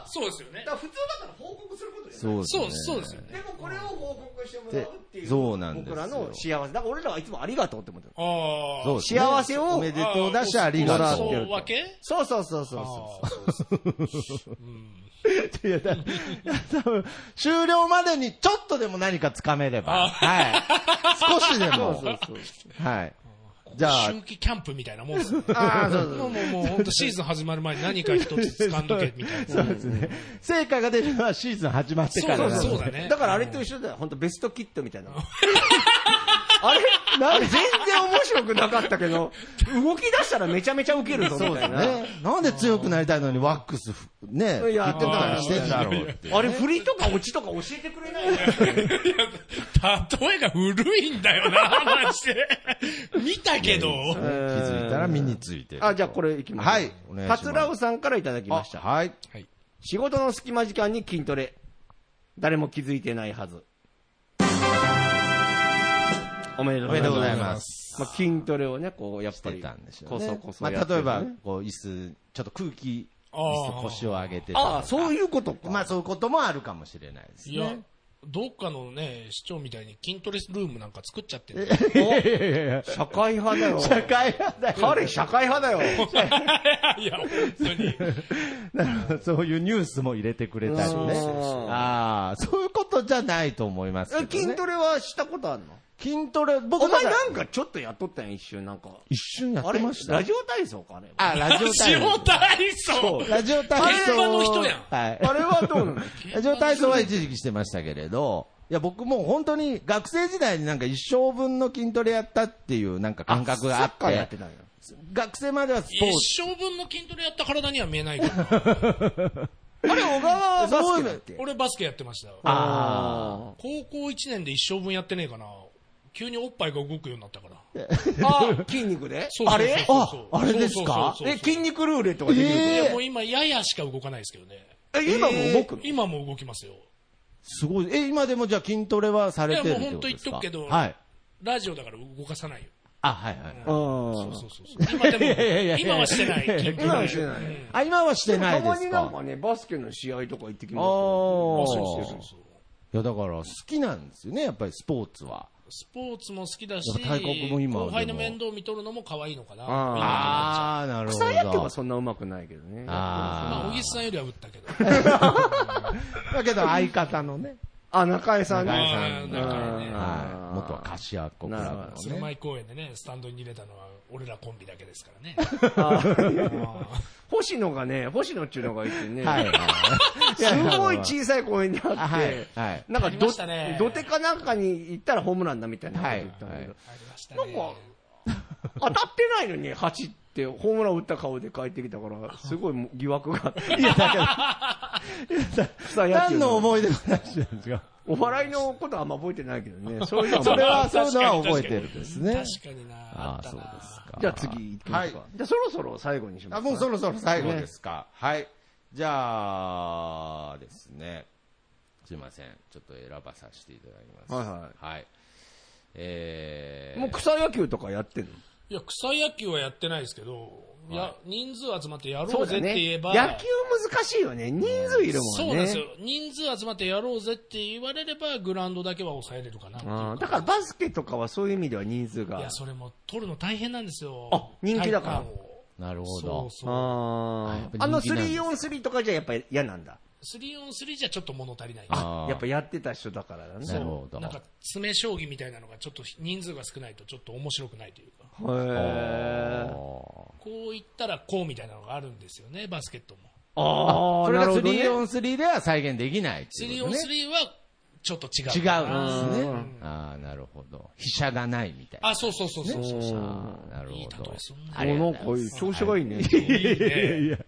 [SPEAKER 3] そうですよね
[SPEAKER 1] だか。ら普通だったら報告することですよ
[SPEAKER 2] そうです
[SPEAKER 3] そ
[SPEAKER 2] ね
[SPEAKER 3] う、。そうですよね。
[SPEAKER 1] でもこれを報告してもらうっていう。
[SPEAKER 2] でそうなんですよ
[SPEAKER 1] 僕らの幸せ。だから俺らはいつもありがとうって思ってる。
[SPEAKER 3] ああ。
[SPEAKER 2] そうですね
[SPEAKER 1] 幸せを
[SPEAKER 2] おめでとうだし、ありが
[SPEAKER 1] も
[SPEAKER 2] と
[SPEAKER 1] ら
[SPEAKER 2] う。
[SPEAKER 1] ってる
[SPEAKER 3] そうわけ
[SPEAKER 1] そうそうそうそう
[SPEAKER 3] あ
[SPEAKER 1] そ
[SPEAKER 3] あ
[SPEAKER 2] いやだ多分終了までにちょっとでも何かつかめれば、はい、少しで
[SPEAKER 1] う。
[SPEAKER 2] も、
[SPEAKER 1] そうそうそう。
[SPEAKER 2] はい、じゃあ、
[SPEAKER 3] 春季キャンプみたいなもん ですね。
[SPEAKER 1] ああ、そうそうそ
[SPEAKER 3] もう
[SPEAKER 1] う。
[SPEAKER 3] もうもう本当シーズン始まる前に何か一つ掴んどけみたい
[SPEAKER 2] そう
[SPEAKER 3] な。
[SPEAKER 2] ですね、成果が出るのはシーズン始まってから
[SPEAKER 3] そ
[SPEAKER 2] な
[SPEAKER 3] う
[SPEAKER 2] ので
[SPEAKER 3] そうだね。
[SPEAKER 1] だからあれと一緒だよ。本当ベストキットみたいな。あれあれ全然面白くなかったけど、動き出したらめちゃめちゃウケるぞみ
[SPEAKER 2] そう
[SPEAKER 1] た
[SPEAKER 2] だ
[SPEAKER 1] いな。
[SPEAKER 2] ね、なんで強くなりたいのにワックスふ、ね、振
[SPEAKER 1] や
[SPEAKER 2] ってたらしてんだろうっていう
[SPEAKER 1] あれ振りとかオチとか教えてくれないの
[SPEAKER 3] 例えが古いんだよな、話で。見たけど。
[SPEAKER 2] 気づいたら身についてる。
[SPEAKER 1] あ、じゃあこれいきます。
[SPEAKER 2] はいお願いします
[SPEAKER 1] 桂尾さんからいただきました。
[SPEAKER 2] あはい。
[SPEAKER 3] はい。
[SPEAKER 1] 仕事の隙間時間に筋トレ。誰も気づいてないはず。おめでとう
[SPEAKER 2] お
[SPEAKER 1] ござ
[SPEAKER 2] め
[SPEAKER 1] いま
[SPEAKER 2] でとう
[SPEAKER 1] す。
[SPEAKER 2] ござい
[SPEAKER 1] ま
[SPEAKER 2] ます。
[SPEAKER 1] あ、筋トレをね、こう、やっ
[SPEAKER 2] し
[SPEAKER 1] ぱ
[SPEAKER 2] て
[SPEAKER 1] り。
[SPEAKER 2] たんでしょう
[SPEAKER 1] こ
[SPEAKER 2] ね。
[SPEAKER 1] そこそ
[SPEAKER 2] まあ、
[SPEAKER 1] やって
[SPEAKER 2] 例え
[SPEAKER 1] るね
[SPEAKER 2] ば、こう、椅子、ちょっと空気、
[SPEAKER 3] あ
[SPEAKER 2] 椅
[SPEAKER 3] ー
[SPEAKER 2] 子腰を上げてたと
[SPEAKER 1] あ
[SPEAKER 2] か
[SPEAKER 1] あ、そういうことか。
[SPEAKER 2] まあ、そういうこともあるかもしれないです
[SPEAKER 3] いや
[SPEAKER 2] ね。、
[SPEAKER 3] どっかのね、市長みたいに筋トレルームなんか作っちゃっ てる。
[SPEAKER 1] 社会派だよ。
[SPEAKER 2] 社会派だよ。
[SPEAKER 1] 彼、社会派だよ。
[SPEAKER 3] いや、本当に。
[SPEAKER 2] なるほどそういうニュースも入れてくれたり
[SPEAKER 1] そう
[SPEAKER 2] ね
[SPEAKER 1] そうそう。
[SPEAKER 2] ああ、そういうことじゃないと思いますけど
[SPEAKER 1] 筋
[SPEAKER 2] ね。
[SPEAKER 1] トレはしたことあるの
[SPEAKER 2] 筋トレ、僕
[SPEAKER 1] お前
[SPEAKER 2] だから
[SPEAKER 1] なんかちょっとやっとったやん、一瞬。なんか。
[SPEAKER 2] 一瞬やっ
[SPEAKER 1] あ
[SPEAKER 2] て
[SPEAKER 1] れ
[SPEAKER 2] ました。
[SPEAKER 1] ラジオ体操かねあ
[SPEAKER 2] あ、ラジオ体
[SPEAKER 3] 塩
[SPEAKER 2] 操。
[SPEAKER 3] 体操
[SPEAKER 2] ラジオ体操。
[SPEAKER 3] 現場の人やん
[SPEAKER 2] はい。
[SPEAKER 1] れはどうなの
[SPEAKER 2] ラジオ体操は一時期してましたけれど、いや、僕もう本当に学生時代になんか一生分の筋トレやったっていうなんか 感覚があ
[SPEAKER 1] サッカーや
[SPEAKER 2] っ
[SPEAKER 1] って
[SPEAKER 2] て、
[SPEAKER 1] たんや。
[SPEAKER 2] 学生まではスポーツ。
[SPEAKER 3] 一生分の筋トレやった体には見えないけど。
[SPEAKER 1] あれ、小川はバスケだっけ
[SPEAKER 3] 俺バスケやってましたよ。
[SPEAKER 1] あ
[SPEAKER 3] 高校1年で一生分やってねえかな。急におっぱいが動くようになったから。
[SPEAKER 1] ーあ、筋肉で
[SPEAKER 3] そうそうそう
[SPEAKER 1] あれ
[SPEAKER 3] そう
[SPEAKER 2] ああれですか
[SPEAKER 3] そうそうそうそう
[SPEAKER 1] え、筋肉ルーレットができるの
[SPEAKER 3] い
[SPEAKER 2] え
[SPEAKER 3] や、もう今、ややしか動かないですけどね。
[SPEAKER 1] え、今も動くの
[SPEAKER 3] 今も動きますよ。
[SPEAKER 2] すごい。え、今でもじゃあ筋トレはされてるってことですか
[SPEAKER 3] いやもう本当言っとくけど
[SPEAKER 2] はい。
[SPEAKER 3] ラジオだから動かさないよ。
[SPEAKER 2] あ、はいはい。
[SPEAKER 3] そう
[SPEAKER 1] あ
[SPEAKER 3] そうそうそう。今でも
[SPEAKER 2] いやいやいや、
[SPEAKER 3] 今はして ない。筋トレ
[SPEAKER 1] 今はしてない
[SPEAKER 3] うん
[SPEAKER 2] あ、今はしてな
[SPEAKER 1] た
[SPEAKER 2] いで
[SPEAKER 1] ますに
[SPEAKER 2] か。
[SPEAKER 1] な
[SPEAKER 2] あ
[SPEAKER 1] んかね、バスケの試合とか行ってき
[SPEAKER 2] あ
[SPEAKER 1] ますよ。
[SPEAKER 3] そう
[SPEAKER 2] ー。
[SPEAKER 3] そうそうそう。
[SPEAKER 2] いや、だから好きなんですよね、やっぱりスポーツは。
[SPEAKER 3] スポーツも好きだし、
[SPEAKER 2] なんか大国も今
[SPEAKER 3] 後輩の
[SPEAKER 2] でも
[SPEAKER 3] 面倒見とるのも可愛いのかな。
[SPEAKER 1] あー
[SPEAKER 3] みんなと思っちゃう
[SPEAKER 2] ああ、なるほど。
[SPEAKER 1] 草野球はそんな上手くないけどね。
[SPEAKER 3] まあ、
[SPEAKER 2] あ
[SPEAKER 3] 小
[SPEAKER 2] ー
[SPEAKER 3] 木さんよりは打った けど。
[SPEAKER 2] だけど相方のね、
[SPEAKER 1] あ、中江さん
[SPEAKER 2] 中
[SPEAKER 1] ね。
[SPEAKER 2] 井さん
[SPEAKER 3] あー中井ね
[SPEAKER 2] はい、元は柏子クラブのね。
[SPEAKER 3] 鶴舞公園でね、スタンドに入れたのは、俺らコンビだけですからね。
[SPEAKER 1] 星野がね、星野っちゅうのがいてね。
[SPEAKER 2] はいはい。
[SPEAKER 1] すごい小さい公園であっ
[SPEAKER 2] は
[SPEAKER 1] て
[SPEAKER 2] い、はい
[SPEAKER 1] なんか
[SPEAKER 3] あり
[SPEAKER 1] ど、
[SPEAKER 3] ましたね
[SPEAKER 1] 土手かなんかに行ったらホームランだみたいなこと言ったんだ
[SPEAKER 2] は
[SPEAKER 1] け
[SPEAKER 2] い
[SPEAKER 1] ど
[SPEAKER 2] はい、
[SPEAKER 3] ありましたね。
[SPEAKER 1] なんか当たってないのに走って、ホームラン打った顔で帰ってきたから、すごいもう疑惑があって。いや、 だ
[SPEAKER 2] 何の思い出話なんですか
[SPEAKER 1] お笑いのことはあんま覚えてないけど ね。そういうのは
[SPEAKER 2] それは、
[SPEAKER 3] 確
[SPEAKER 2] そ
[SPEAKER 3] か
[SPEAKER 2] ういう
[SPEAKER 3] に
[SPEAKER 2] のは覚えてるんですね。
[SPEAKER 3] 確かにな。あ
[SPEAKER 2] あ
[SPEAKER 3] っ
[SPEAKER 2] あ、
[SPEAKER 3] た
[SPEAKER 2] そう
[SPEAKER 3] な。
[SPEAKER 2] ですか。
[SPEAKER 1] じゃあ次行きますか。
[SPEAKER 2] は
[SPEAKER 1] じゃあそろそろ最後にします
[SPEAKER 2] あ、
[SPEAKER 1] か
[SPEAKER 2] もうそろそろ最後ですか。はい。じゃあ、ですね。すいません。ちょっと選ばさせていただきます。。
[SPEAKER 1] はいはい
[SPEAKER 2] はい。えー、
[SPEAKER 1] もう草野球とかやってんの
[SPEAKER 3] いや、草野球はやってないですけど、いや、人数集まってやろ
[SPEAKER 1] そう
[SPEAKER 3] うぜ
[SPEAKER 1] だ
[SPEAKER 3] って
[SPEAKER 1] ね。
[SPEAKER 3] 言え
[SPEAKER 1] 野球
[SPEAKER 3] ば、
[SPEAKER 1] 難しいよね。人数いるもんね。
[SPEAKER 3] そうなんですよ。人数集まってやろうぜって言われれば、グラウンドだけは抑えれるかなっていう
[SPEAKER 1] あーだからバスケとかはそういう意味では人数が。
[SPEAKER 3] いや、それも取るの大変なんですよ。
[SPEAKER 1] あ人気だから
[SPEAKER 3] 体幹を
[SPEAKER 2] なるほ
[SPEAKER 3] そ
[SPEAKER 2] ど
[SPEAKER 3] う。そう。
[SPEAKER 1] あ
[SPEAKER 2] あ
[SPEAKER 1] ー
[SPEAKER 2] やっぱ人気
[SPEAKER 1] あ
[SPEAKER 2] なん
[SPEAKER 1] の
[SPEAKER 2] ですね
[SPEAKER 1] 3on3 とかじゃやっぱり嫌なんだ。
[SPEAKER 3] 3on3 じゃちょっと物足りない。
[SPEAKER 2] あー
[SPEAKER 1] やっぱやってた人だからだね。
[SPEAKER 2] なるほど
[SPEAKER 3] なんか、詰め将棋みたいなのがちょっと人数が少ないとちょっと面白くないというか、
[SPEAKER 1] へー
[SPEAKER 2] あ
[SPEAKER 3] こう言ったらこうみたいなのがあるんですよね、バスケット
[SPEAKER 1] あー、
[SPEAKER 3] も。
[SPEAKER 2] ーそれ
[SPEAKER 1] なる
[SPEAKER 2] が
[SPEAKER 1] ほどね
[SPEAKER 2] 3on3 では再現できないっていうことね。
[SPEAKER 3] 3on3 はちょっと違
[SPEAKER 2] 違う
[SPEAKER 3] う。
[SPEAKER 2] んですね
[SPEAKER 1] う。
[SPEAKER 2] ああ、なるほど。飛車がないみたいな。
[SPEAKER 3] あ、そうそうそうそうそうそう。
[SPEAKER 2] あーなる
[SPEAKER 3] いい
[SPEAKER 2] ほ
[SPEAKER 3] 例
[SPEAKER 2] ど
[SPEAKER 3] えすんな。
[SPEAKER 2] ありがとうござい
[SPEAKER 1] おな
[SPEAKER 2] ま
[SPEAKER 1] んかいい調子がいいね。
[SPEAKER 3] いいね。
[SPEAKER 2] す。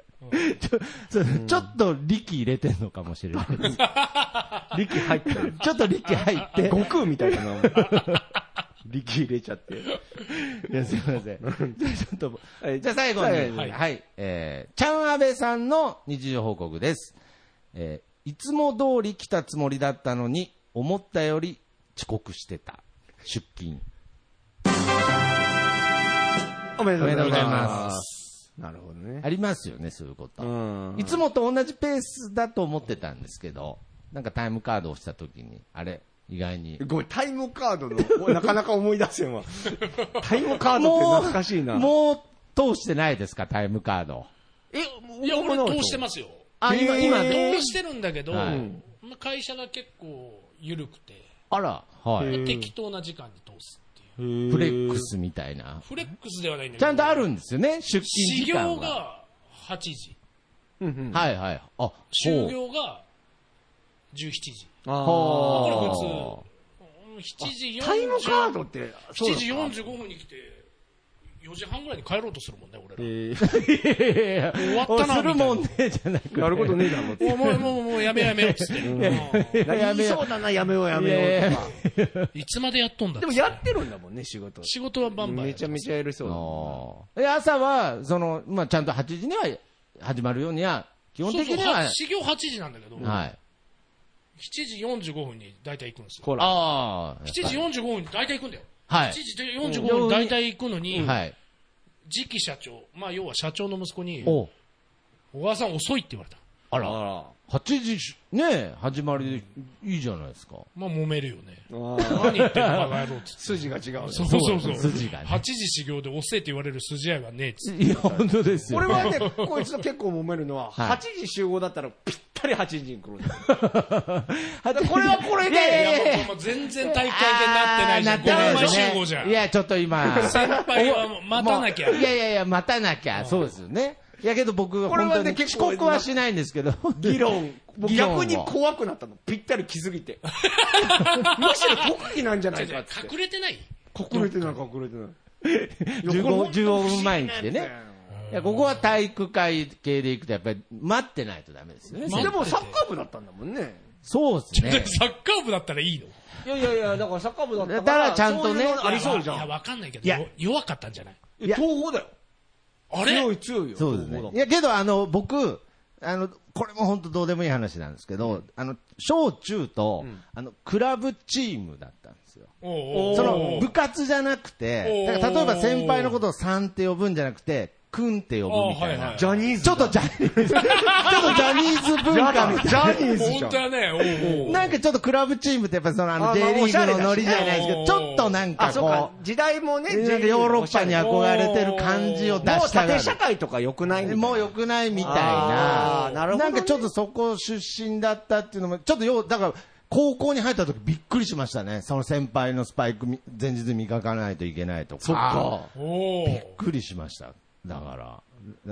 [SPEAKER 2] ちょそうちょっと力入れてんのかもしれないです。
[SPEAKER 1] 力入ってる。
[SPEAKER 2] ちょっと力入って。
[SPEAKER 1] 悟空みたいだな。力入れちゃって。
[SPEAKER 2] いや、すいません。じゃあちょっと、えじゃあ最後に、
[SPEAKER 1] は
[SPEAKER 2] はいい、えー、ちゃんあべさんの日常報告です。えーいつも通り来たつもりだったのに、思ったより遅刻してた。出勤。
[SPEAKER 1] おめでとうござい
[SPEAKER 2] おめでとうござい
[SPEAKER 1] ま。
[SPEAKER 2] ます
[SPEAKER 1] なるほどね。
[SPEAKER 2] ありますよね、そういうこと。
[SPEAKER 1] うん
[SPEAKER 2] いつもと同じペースだと思ってたんですけど、なんかタイムカードを押した時に、あれ、意外に。
[SPEAKER 1] ごめん、タイムカードの、なかなか思い出せんわ。タイムカードって懐かしいな。
[SPEAKER 2] もう通してないですか、タイムカード。
[SPEAKER 1] え、。
[SPEAKER 3] いや、俺通してますすよ。
[SPEAKER 2] あ、
[SPEAKER 1] へー
[SPEAKER 2] 今、今
[SPEAKER 1] え
[SPEAKER 2] ね。
[SPEAKER 1] ー
[SPEAKER 3] 通してるんだけど、
[SPEAKER 2] はい
[SPEAKER 3] まあ会社が結構緩くて、
[SPEAKER 2] あら、は
[SPEAKER 1] へ
[SPEAKER 2] い。
[SPEAKER 1] ー
[SPEAKER 3] 適当な時間に通すっていう。
[SPEAKER 2] フ
[SPEAKER 1] フ
[SPEAKER 2] レック。スみたいな。
[SPEAKER 3] フレックスではないんだけ
[SPEAKER 2] ち
[SPEAKER 3] ど。
[SPEAKER 2] ゃんとあるんですよね、出勤
[SPEAKER 3] 始
[SPEAKER 2] 時間
[SPEAKER 3] 業
[SPEAKER 2] は。
[SPEAKER 3] が8時、
[SPEAKER 1] うんうん。
[SPEAKER 2] はいはい。あ、
[SPEAKER 3] 終
[SPEAKER 2] ほう。
[SPEAKER 3] 業が17時。
[SPEAKER 1] あ
[SPEAKER 3] これ
[SPEAKER 2] は
[SPEAKER 3] 普通、7時40
[SPEAKER 1] ータイムカードって、そうな
[SPEAKER 3] 7時
[SPEAKER 1] のか
[SPEAKER 3] 45分に来て、4時半ぐらいに帰ろうとするもんね、俺ら。
[SPEAKER 1] えー
[SPEAKER 2] 終
[SPEAKER 3] 終 わったな
[SPEAKER 2] するもんね、じゃなく て。
[SPEAKER 1] やることねえだろうって。
[SPEAKER 3] もう、もう、もう、もう、やめようやめようっつって。うん
[SPEAKER 2] や
[SPEAKER 1] 言いそうだな、やめようやめようとか。
[SPEAKER 3] いつまでやっとんだっつ
[SPEAKER 1] で
[SPEAKER 3] っ
[SPEAKER 1] も
[SPEAKER 3] て
[SPEAKER 1] やってるんだもんね、仕事。
[SPEAKER 3] 仕事はバンバンや
[SPEAKER 1] め
[SPEAKER 3] っ
[SPEAKER 1] ち
[SPEAKER 3] て
[SPEAKER 1] ゃ
[SPEAKER 3] ま
[SPEAKER 1] め
[SPEAKER 3] す。
[SPEAKER 1] ちゃやりそうだも
[SPEAKER 2] あーえ朝は、その、まあ、ちゃんと8時には始まるようには、基本
[SPEAKER 3] そう
[SPEAKER 2] 的
[SPEAKER 3] そう
[SPEAKER 2] には、
[SPEAKER 3] 始業8時なんだけど、
[SPEAKER 2] は
[SPEAKER 3] 7
[SPEAKER 2] い。
[SPEAKER 3] 時45分に大体行くんですよ。
[SPEAKER 1] ほら。
[SPEAKER 2] ああ。
[SPEAKER 3] 7時45分に大体行くんだよ。
[SPEAKER 2] は
[SPEAKER 3] 7
[SPEAKER 2] い。
[SPEAKER 3] 時45分に大体行くのに、
[SPEAKER 2] はい。
[SPEAKER 3] 次期社長、まあ要は社長の息子に、小
[SPEAKER 2] お
[SPEAKER 3] 川さん遅いって言われた。
[SPEAKER 2] あ
[SPEAKER 1] あ
[SPEAKER 2] ら。
[SPEAKER 1] ら。
[SPEAKER 2] 8時し、ねえ、始まりでいいじゃないですか。
[SPEAKER 3] まあ揉めるよ ね。
[SPEAKER 1] あー
[SPEAKER 3] 何言ってんのバカ野郎っつって。
[SPEAKER 1] 筋が違うね。
[SPEAKER 3] そうそうそう。
[SPEAKER 2] 筋がね
[SPEAKER 3] 8時始業で遅えって言われる筋合いはねえっつって。
[SPEAKER 2] いや、本当ですよ。
[SPEAKER 1] 俺はね、こいつと結構揉めるのは、
[SPEAKER 2] はい
[SPEAKER 1] 8時集合だったらぴったり8時に来る んだよ。
[SPEAKER 2] これはこれ
[SPEAKER 3] いやいやもう全然体育会系になってないじゃん。
[SPEAKER 2] あーなっ
[SPEAKER 3] 5
[SPEAKER 2] て
[SPEAKER 3] 枚
[SPEAKER 2] ないですね
[SPEAKER 3] 集合じゃん。
[SPEAKER 2] いや、ちょっと今。
[SPEAKER 3] 先輩はもう 待たなき
[SPEAKER 2] も
[SPEAKER 3] ゃ
[SPEAKER 2] う。いやいやいや、待たなきゃ。そうですよね。いやけど僕は
[SPEAKER 1] これ
[SPEAKER 2] 本
[SPEAKER 1] はね
[SPEAKER 2] 当に
[SPEAKER 1] 結
[SPEAKER 2] 遅
[SPEAKER 1] 構
[SPEAKER 2] 刻はしないんですけ ど。
[SPEAKER 1] 議論。
[SPEAKER 2] 議論を
[SPEAKER 1] 逆に怖くなったの。ぴったり来すぎ て。 むしろ特技なんじゃないかっつって。
[SPEAKER 3] 隠れてない
[SPEAKER 1] 隠れてない、隠れてない。
[SPEAKER 2] 15 15分前に 来てね。いや、ここは体育会系で行くと、やっぱり待ってないとダメですよね。
[SPEAKER 3] ま
[SPEAKER 1] でもサッカー部だったんだもんね。
[SPEAKER 2] そうですね。
[SPEAKER 3] サッカー部だったらいいの
[SPEAKER 1] いやいやいや、だからサッカー部だ
[SPEAKER 2] ったからだからちゃんとねそういうの
[SPEAKER 1] ありそうじ
[SPEAKER 3] いや、
[SPEAKER 1] ゃん。
[SPEAKER 3] わかんないけ
[SPEAKER 2] い
[SPEAKER 3] ど、
[SPEAKER 2] や
[SPEAKER 3] よ弱かったんじゃない
[SPEAKER 2] いや
[SPEAKER 1] 東宝だよ。
[SPEAKER 3] あれ
[SPEAKER 1] 強い強いよ。
[SPEAKER 2] そうです
[SPEAKER 1] 東宝
[SPEAKER 2] ね。い
[SPEAKER 1] だ
[SPEAKER 2] や、けど、あの、僕、あの、これも本当どうでもいい話なんですけど、あの、小中と、あの、クラブチームだったんですよ。
[SPEAKER 3] おうおう
[SPEAKER 2] その、部活じゃなくて、
[SPEAKER 3] おー
[SPEAKER 2] だから例えば先輩のことをさんって呼ぶんじゃなくて、くんって呼ぶみたい
[SPEAKER 3] あーはいは
[SPEAKER 2] な。
[SPEAKER 3] い
[SPEAKER 2] ちょ
[SPEAKER 1] ジャニーズ
[SPEAKER 2] っとジャニーズ、ちょっとジャニーズ文
[SPEAKER 1] ジ
[SPEAKER 2] 化みたいな。
[SPEAKER 1] ャニーズじゃ
[SPEAKER 3] 本
[SPEAKER 1] ん
[SPEAKER 3] 当。はね、おうおう
[SPEAKER 2] なんかちょっとクラブチームってやっぱそのあ
[SPEAKER 1] あー
[SPEAKER 2] の J リーグのノリじゃないですけ
[SPEAKER 3] まあ
[SPEAKER 2] ど、
[SPEAKER 3] お
[SPEAKER 2] ち
[SPEAKER 3] しゃれだしね
[SPEAKER 2] ょっとなんか
[SPEAKER 1] あ、そう
[SPEAKER 2] こ
[SPEAKER 1] か。時代もね、
[SPEAKER 2] う、なんかヨーロッパに憧れてる感じを出
[SPEAKER 1] もう
[SPEAKER 2] したが
[SPEAKER 1] 縦
[SPEAKER 2] る
[SPEAKER 1] 社会とか良くないみたいな
[SPEAKER 2] もう良くないみたい
[SPEAKER 1] あ
[SPEAKER 2] な
[SPEAKER 1] ー。なるほどね
[SPEAKER 2] んかちょっとそこ出身だったっていうのも、ちょっとよう、だから、高校に入った時びっくりしましたね。その先輩のスパイクみ前日に磨かないといけないとか。そっ
[SPEAKER 1] か。
[SPEAKER 3] おう
[SPEAKER 2] びっくりしました。だから。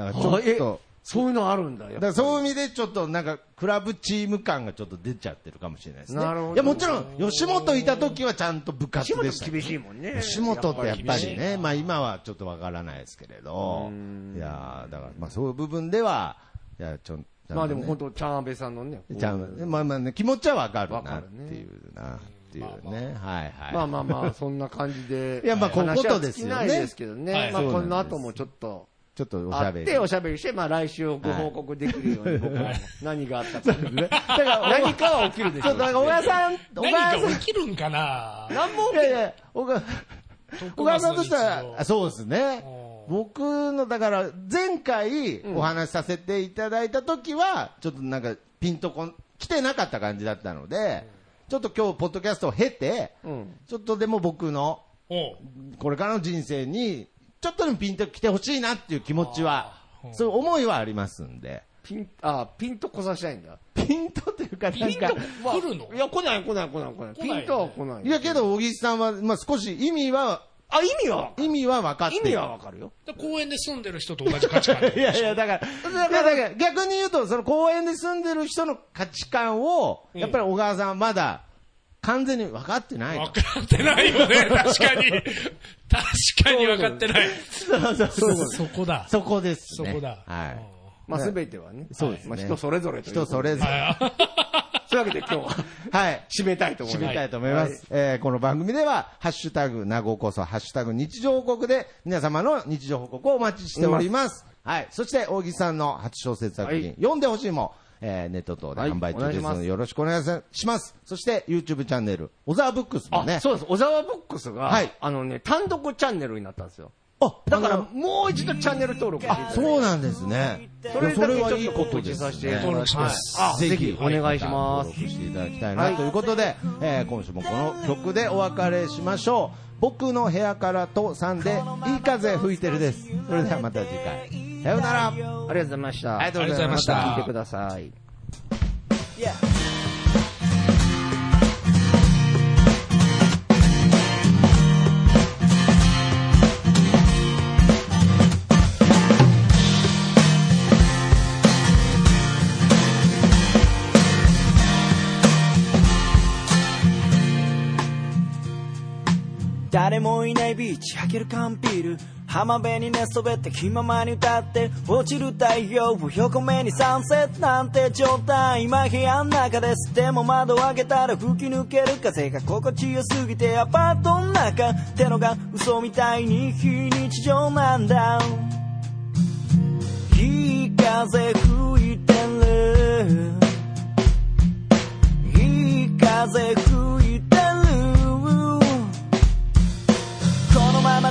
[SPEAKER 2] だからちょっと、
[SPEAKER 1] そういうのあるんだ
[SPEAKER 2] だ
[SPEAKER 1] よ
[SPEAKER 2] か。らそういう意味でちょっとなんか、クラブチーム感がちょっと出ちゃってるかもしれないですね。
[SPEAKER 1] なるほど
[SPEAKER 2] いや、もちろん、吉本いた時はちゃんと部活
[SPEAKER 1] 吉本
[SPEAKER 2] でしたけど
[SPEAKER 1] 厳しいもんね。
[SPEAKER 2] 吉本ってやっぱり
[SPEAKER 1] 厳しい。
[SPEAKER 2] ね、まあ今はちょっとわからないですけれど、いやーだからまあそういう部分では、いや、ちょ、
[SPEAKER 1] まあでも
[SPEAKER 2] ほん
[SPEAKER 1] 本当、チャンアベさんのね。こう
[SPEAKER 2] ちゃん、まあまあね、気持ちはわかる
[SPEAKER 1] わか
[SPEAKER 2] なっ
[SPEAKER 1] るね
[SPEAKER 2] ていうな、っていうね、はいはい。
[SPEAKER 1] まあまあまあ、そんな感じで。
[SPEAKER 2] いやまあこういうこと
[SPEAKER 1] 話は
[SPEAKER 2] ですよね
[SPEAKER 1] 尽きないですけど
[SPEAKER 3] は
[SPEAKER 1] ね。
[SPEAKER 3] い
[SPEAKER 1] まあ
[SPEAKER 2] そ
[SPEAKER 1] こ
[SPEAKER 2] うなんです
[SPEAKER 1] の後もちょっと。
[SPEAKER 2] ちょっとおし
[SPEAKER 1] あ
[SPEAKER 2] ゃ
[SPEAKER 1] っ
[SPEAKER 2] べり。
[SPEAKER 1] ておしゃべりして、まあ来週ご報告できるように僕は何があったか。
[SPEAKER 2] ねだから、
[SPEAKER 1] 何かは起きるでし
[SPEAKER 2] ちょ
[SPEAKER 1] ょ
[SPEAKER 2] っ
[SPEAKER 1] う
[SPEAKER 2] と
[SPEAKER 1] ね。
[SPEAKER 2] なんか、小川さん、小
[SPEAKER 3] 何
[SPEAKER 2] 川さ
[SPEAKER 3] か
[SPEAKER 2] ん、
[SPEAKER 3] 起きるんかな
[SPEAKER 1] 何も
[SPEAKER 2] いやいや、小川、小川さんとした
[SPEAKER 3] 徳
[SPEAKER 2] ら、
[SPEAKER 3] 松の日常
[SPEAKER 2] あそうですね
[SPEAKER 3] う。ん
[SPEAKER 2] 僕の、だから、前回お話しさせていただいた時は、ちょっとなんか、ピンとこん、来てなかった感じだったので、ちょっと今日、ポッドキャストを経て、
[SPEAKER 1] うん。
[SPEAKER 2] ちょっとでも僕の、
[SPEAKER 3] おう
[SPEAKER 2] これからの人生に、ちょっとでもピンと来てほしいなっていう気持ちは、そういう思いはありますんで、
[SPEAKER 1] ピン、あ、ピンとこさせたいんだ。
[SPEAKER 2] ピンとというか、なんか、
[SPEAKER 3] 来るの
[SPEAKER 1] いや、来ない来ない来ない来ない。
[SPEAKER 3] 来ないよね
[SPEAKER 1] ピンとは来ない。
[SPEAKER 2] いやけ、ど、小木さんは、まあ少し意味は、
[SPEAKER 1] あ、意味は
[SPEAKER 2] 意味は分かって
[SPEAKER 1] 意
[SPEAKER 2] る。
[SPEAKER 1] 味はわかるよ。
[SPEAKER 3] 公園で住んでる人と同じ価値 観だよ
[SPEAKER 2] い やいや、だから、だからだから逆に言うと、その公園で住んでる人の価値観を、やっぱり小川さんはまだ完全に分かってないと。
[SPEAKER 3] 分かってないよ ね、確かに。確かに分かってない。
[SPEAKER 2] そうそうそう
[SPEAKER 3] そこだ。
[SPEAKER 2] そこです
[SPEAKER 3] そ
[SPEAKER 2] ね。
[SPEAKER 3] こだ。
[SPEAKER 2] はい。
[SPEAKER 1] まあ全てはね。
[SPEAKER 2] そうですね
[SPEAKER 1] まあ人それぞれということ
[SPEAKER 2] 人
[SPEAKER 1] で
[SPEAKER 2] それぞれ。
[SPEAKER 1] そういうわけで今日は
[SPEAKER 2] はい。
[SPEAKER 1] 締めたいと思い
[SPEAKER 2] 締
[SPEAKER 1] ます
[SPEAKER 2] め。たいと思います。えーこの番組では、ハッシュタグ、名護こそ、ハッシュタグ、日常報告で、皆様の日常報告をお待ちしております。はい。そして、大木さんの初小説作品、
[SPEAKER 1] はい
[SPEAKER 2] 読んでほしいも、えーネット等で
[SPEAKER 1] はい
[SPEAKER 2] 販売中です
[SPEAKER 1] お願いし
[SPEAKER 2] の
[SPEAKER 1] ます
[SPEAKER 2] で、よろしくお願いします。そして、YouTube チャンネル、小沢ブックスもね。
[SPEAKER 1] あ、そうです。小沢ボックスが、
[SPEAKER 2] はい
[SPEAKER 1] あのね、単独チャンネルになったんですよ。
[SPEAKER 2] あ、
[SPEAKER 1] だから、もう一度チャンネル登録していただ
[SPEAKER 2] あ、
[SPEAKER 1] いて
[SPEAKER 2] そうなんですね。
[SPEAKER 1] それだけ
[SPEAKER 2] いや
[SPEAKER 1] ちょっと告知させて
[SPEAKER 3] 登録します
[SPEAKER 1] はいあぜひお願いします
[SPEAKER 2] 登録していただきたい
[SPEAKER 1] は
[SPEAKER 2] ないということで、えー今週もこの曲でお別れしましょう。僕の部屋からとさんで、いい風吹いてるです。それではまた次回。さようなら。
[SPEAKER 1] ありがとうございました。
[SPEAKER 2] ありがとうございました
[SPEAKER 1] また聞いてください。
[SPEAKER 4] 誰もいないビーチ開ける缶ビール浜辺に寝そべって気ままに歌って落ちる太陽を横目にサンセットなんて状態今部屋の中ですでも窓を開けたら吹き抜ける風が心地よすぎてアパートの中ってのが嘘みたいに非日常なんだいい風吹いてるいい風吹いてるこのまま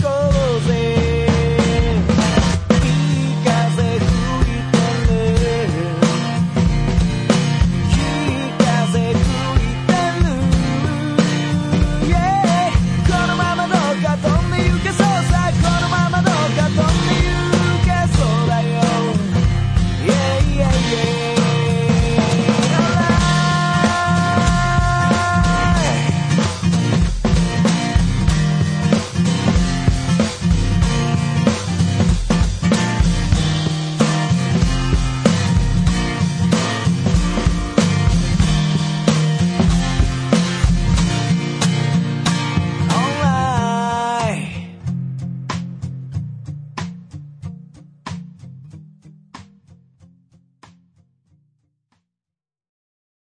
[SPEAKER 4] 行こうぜ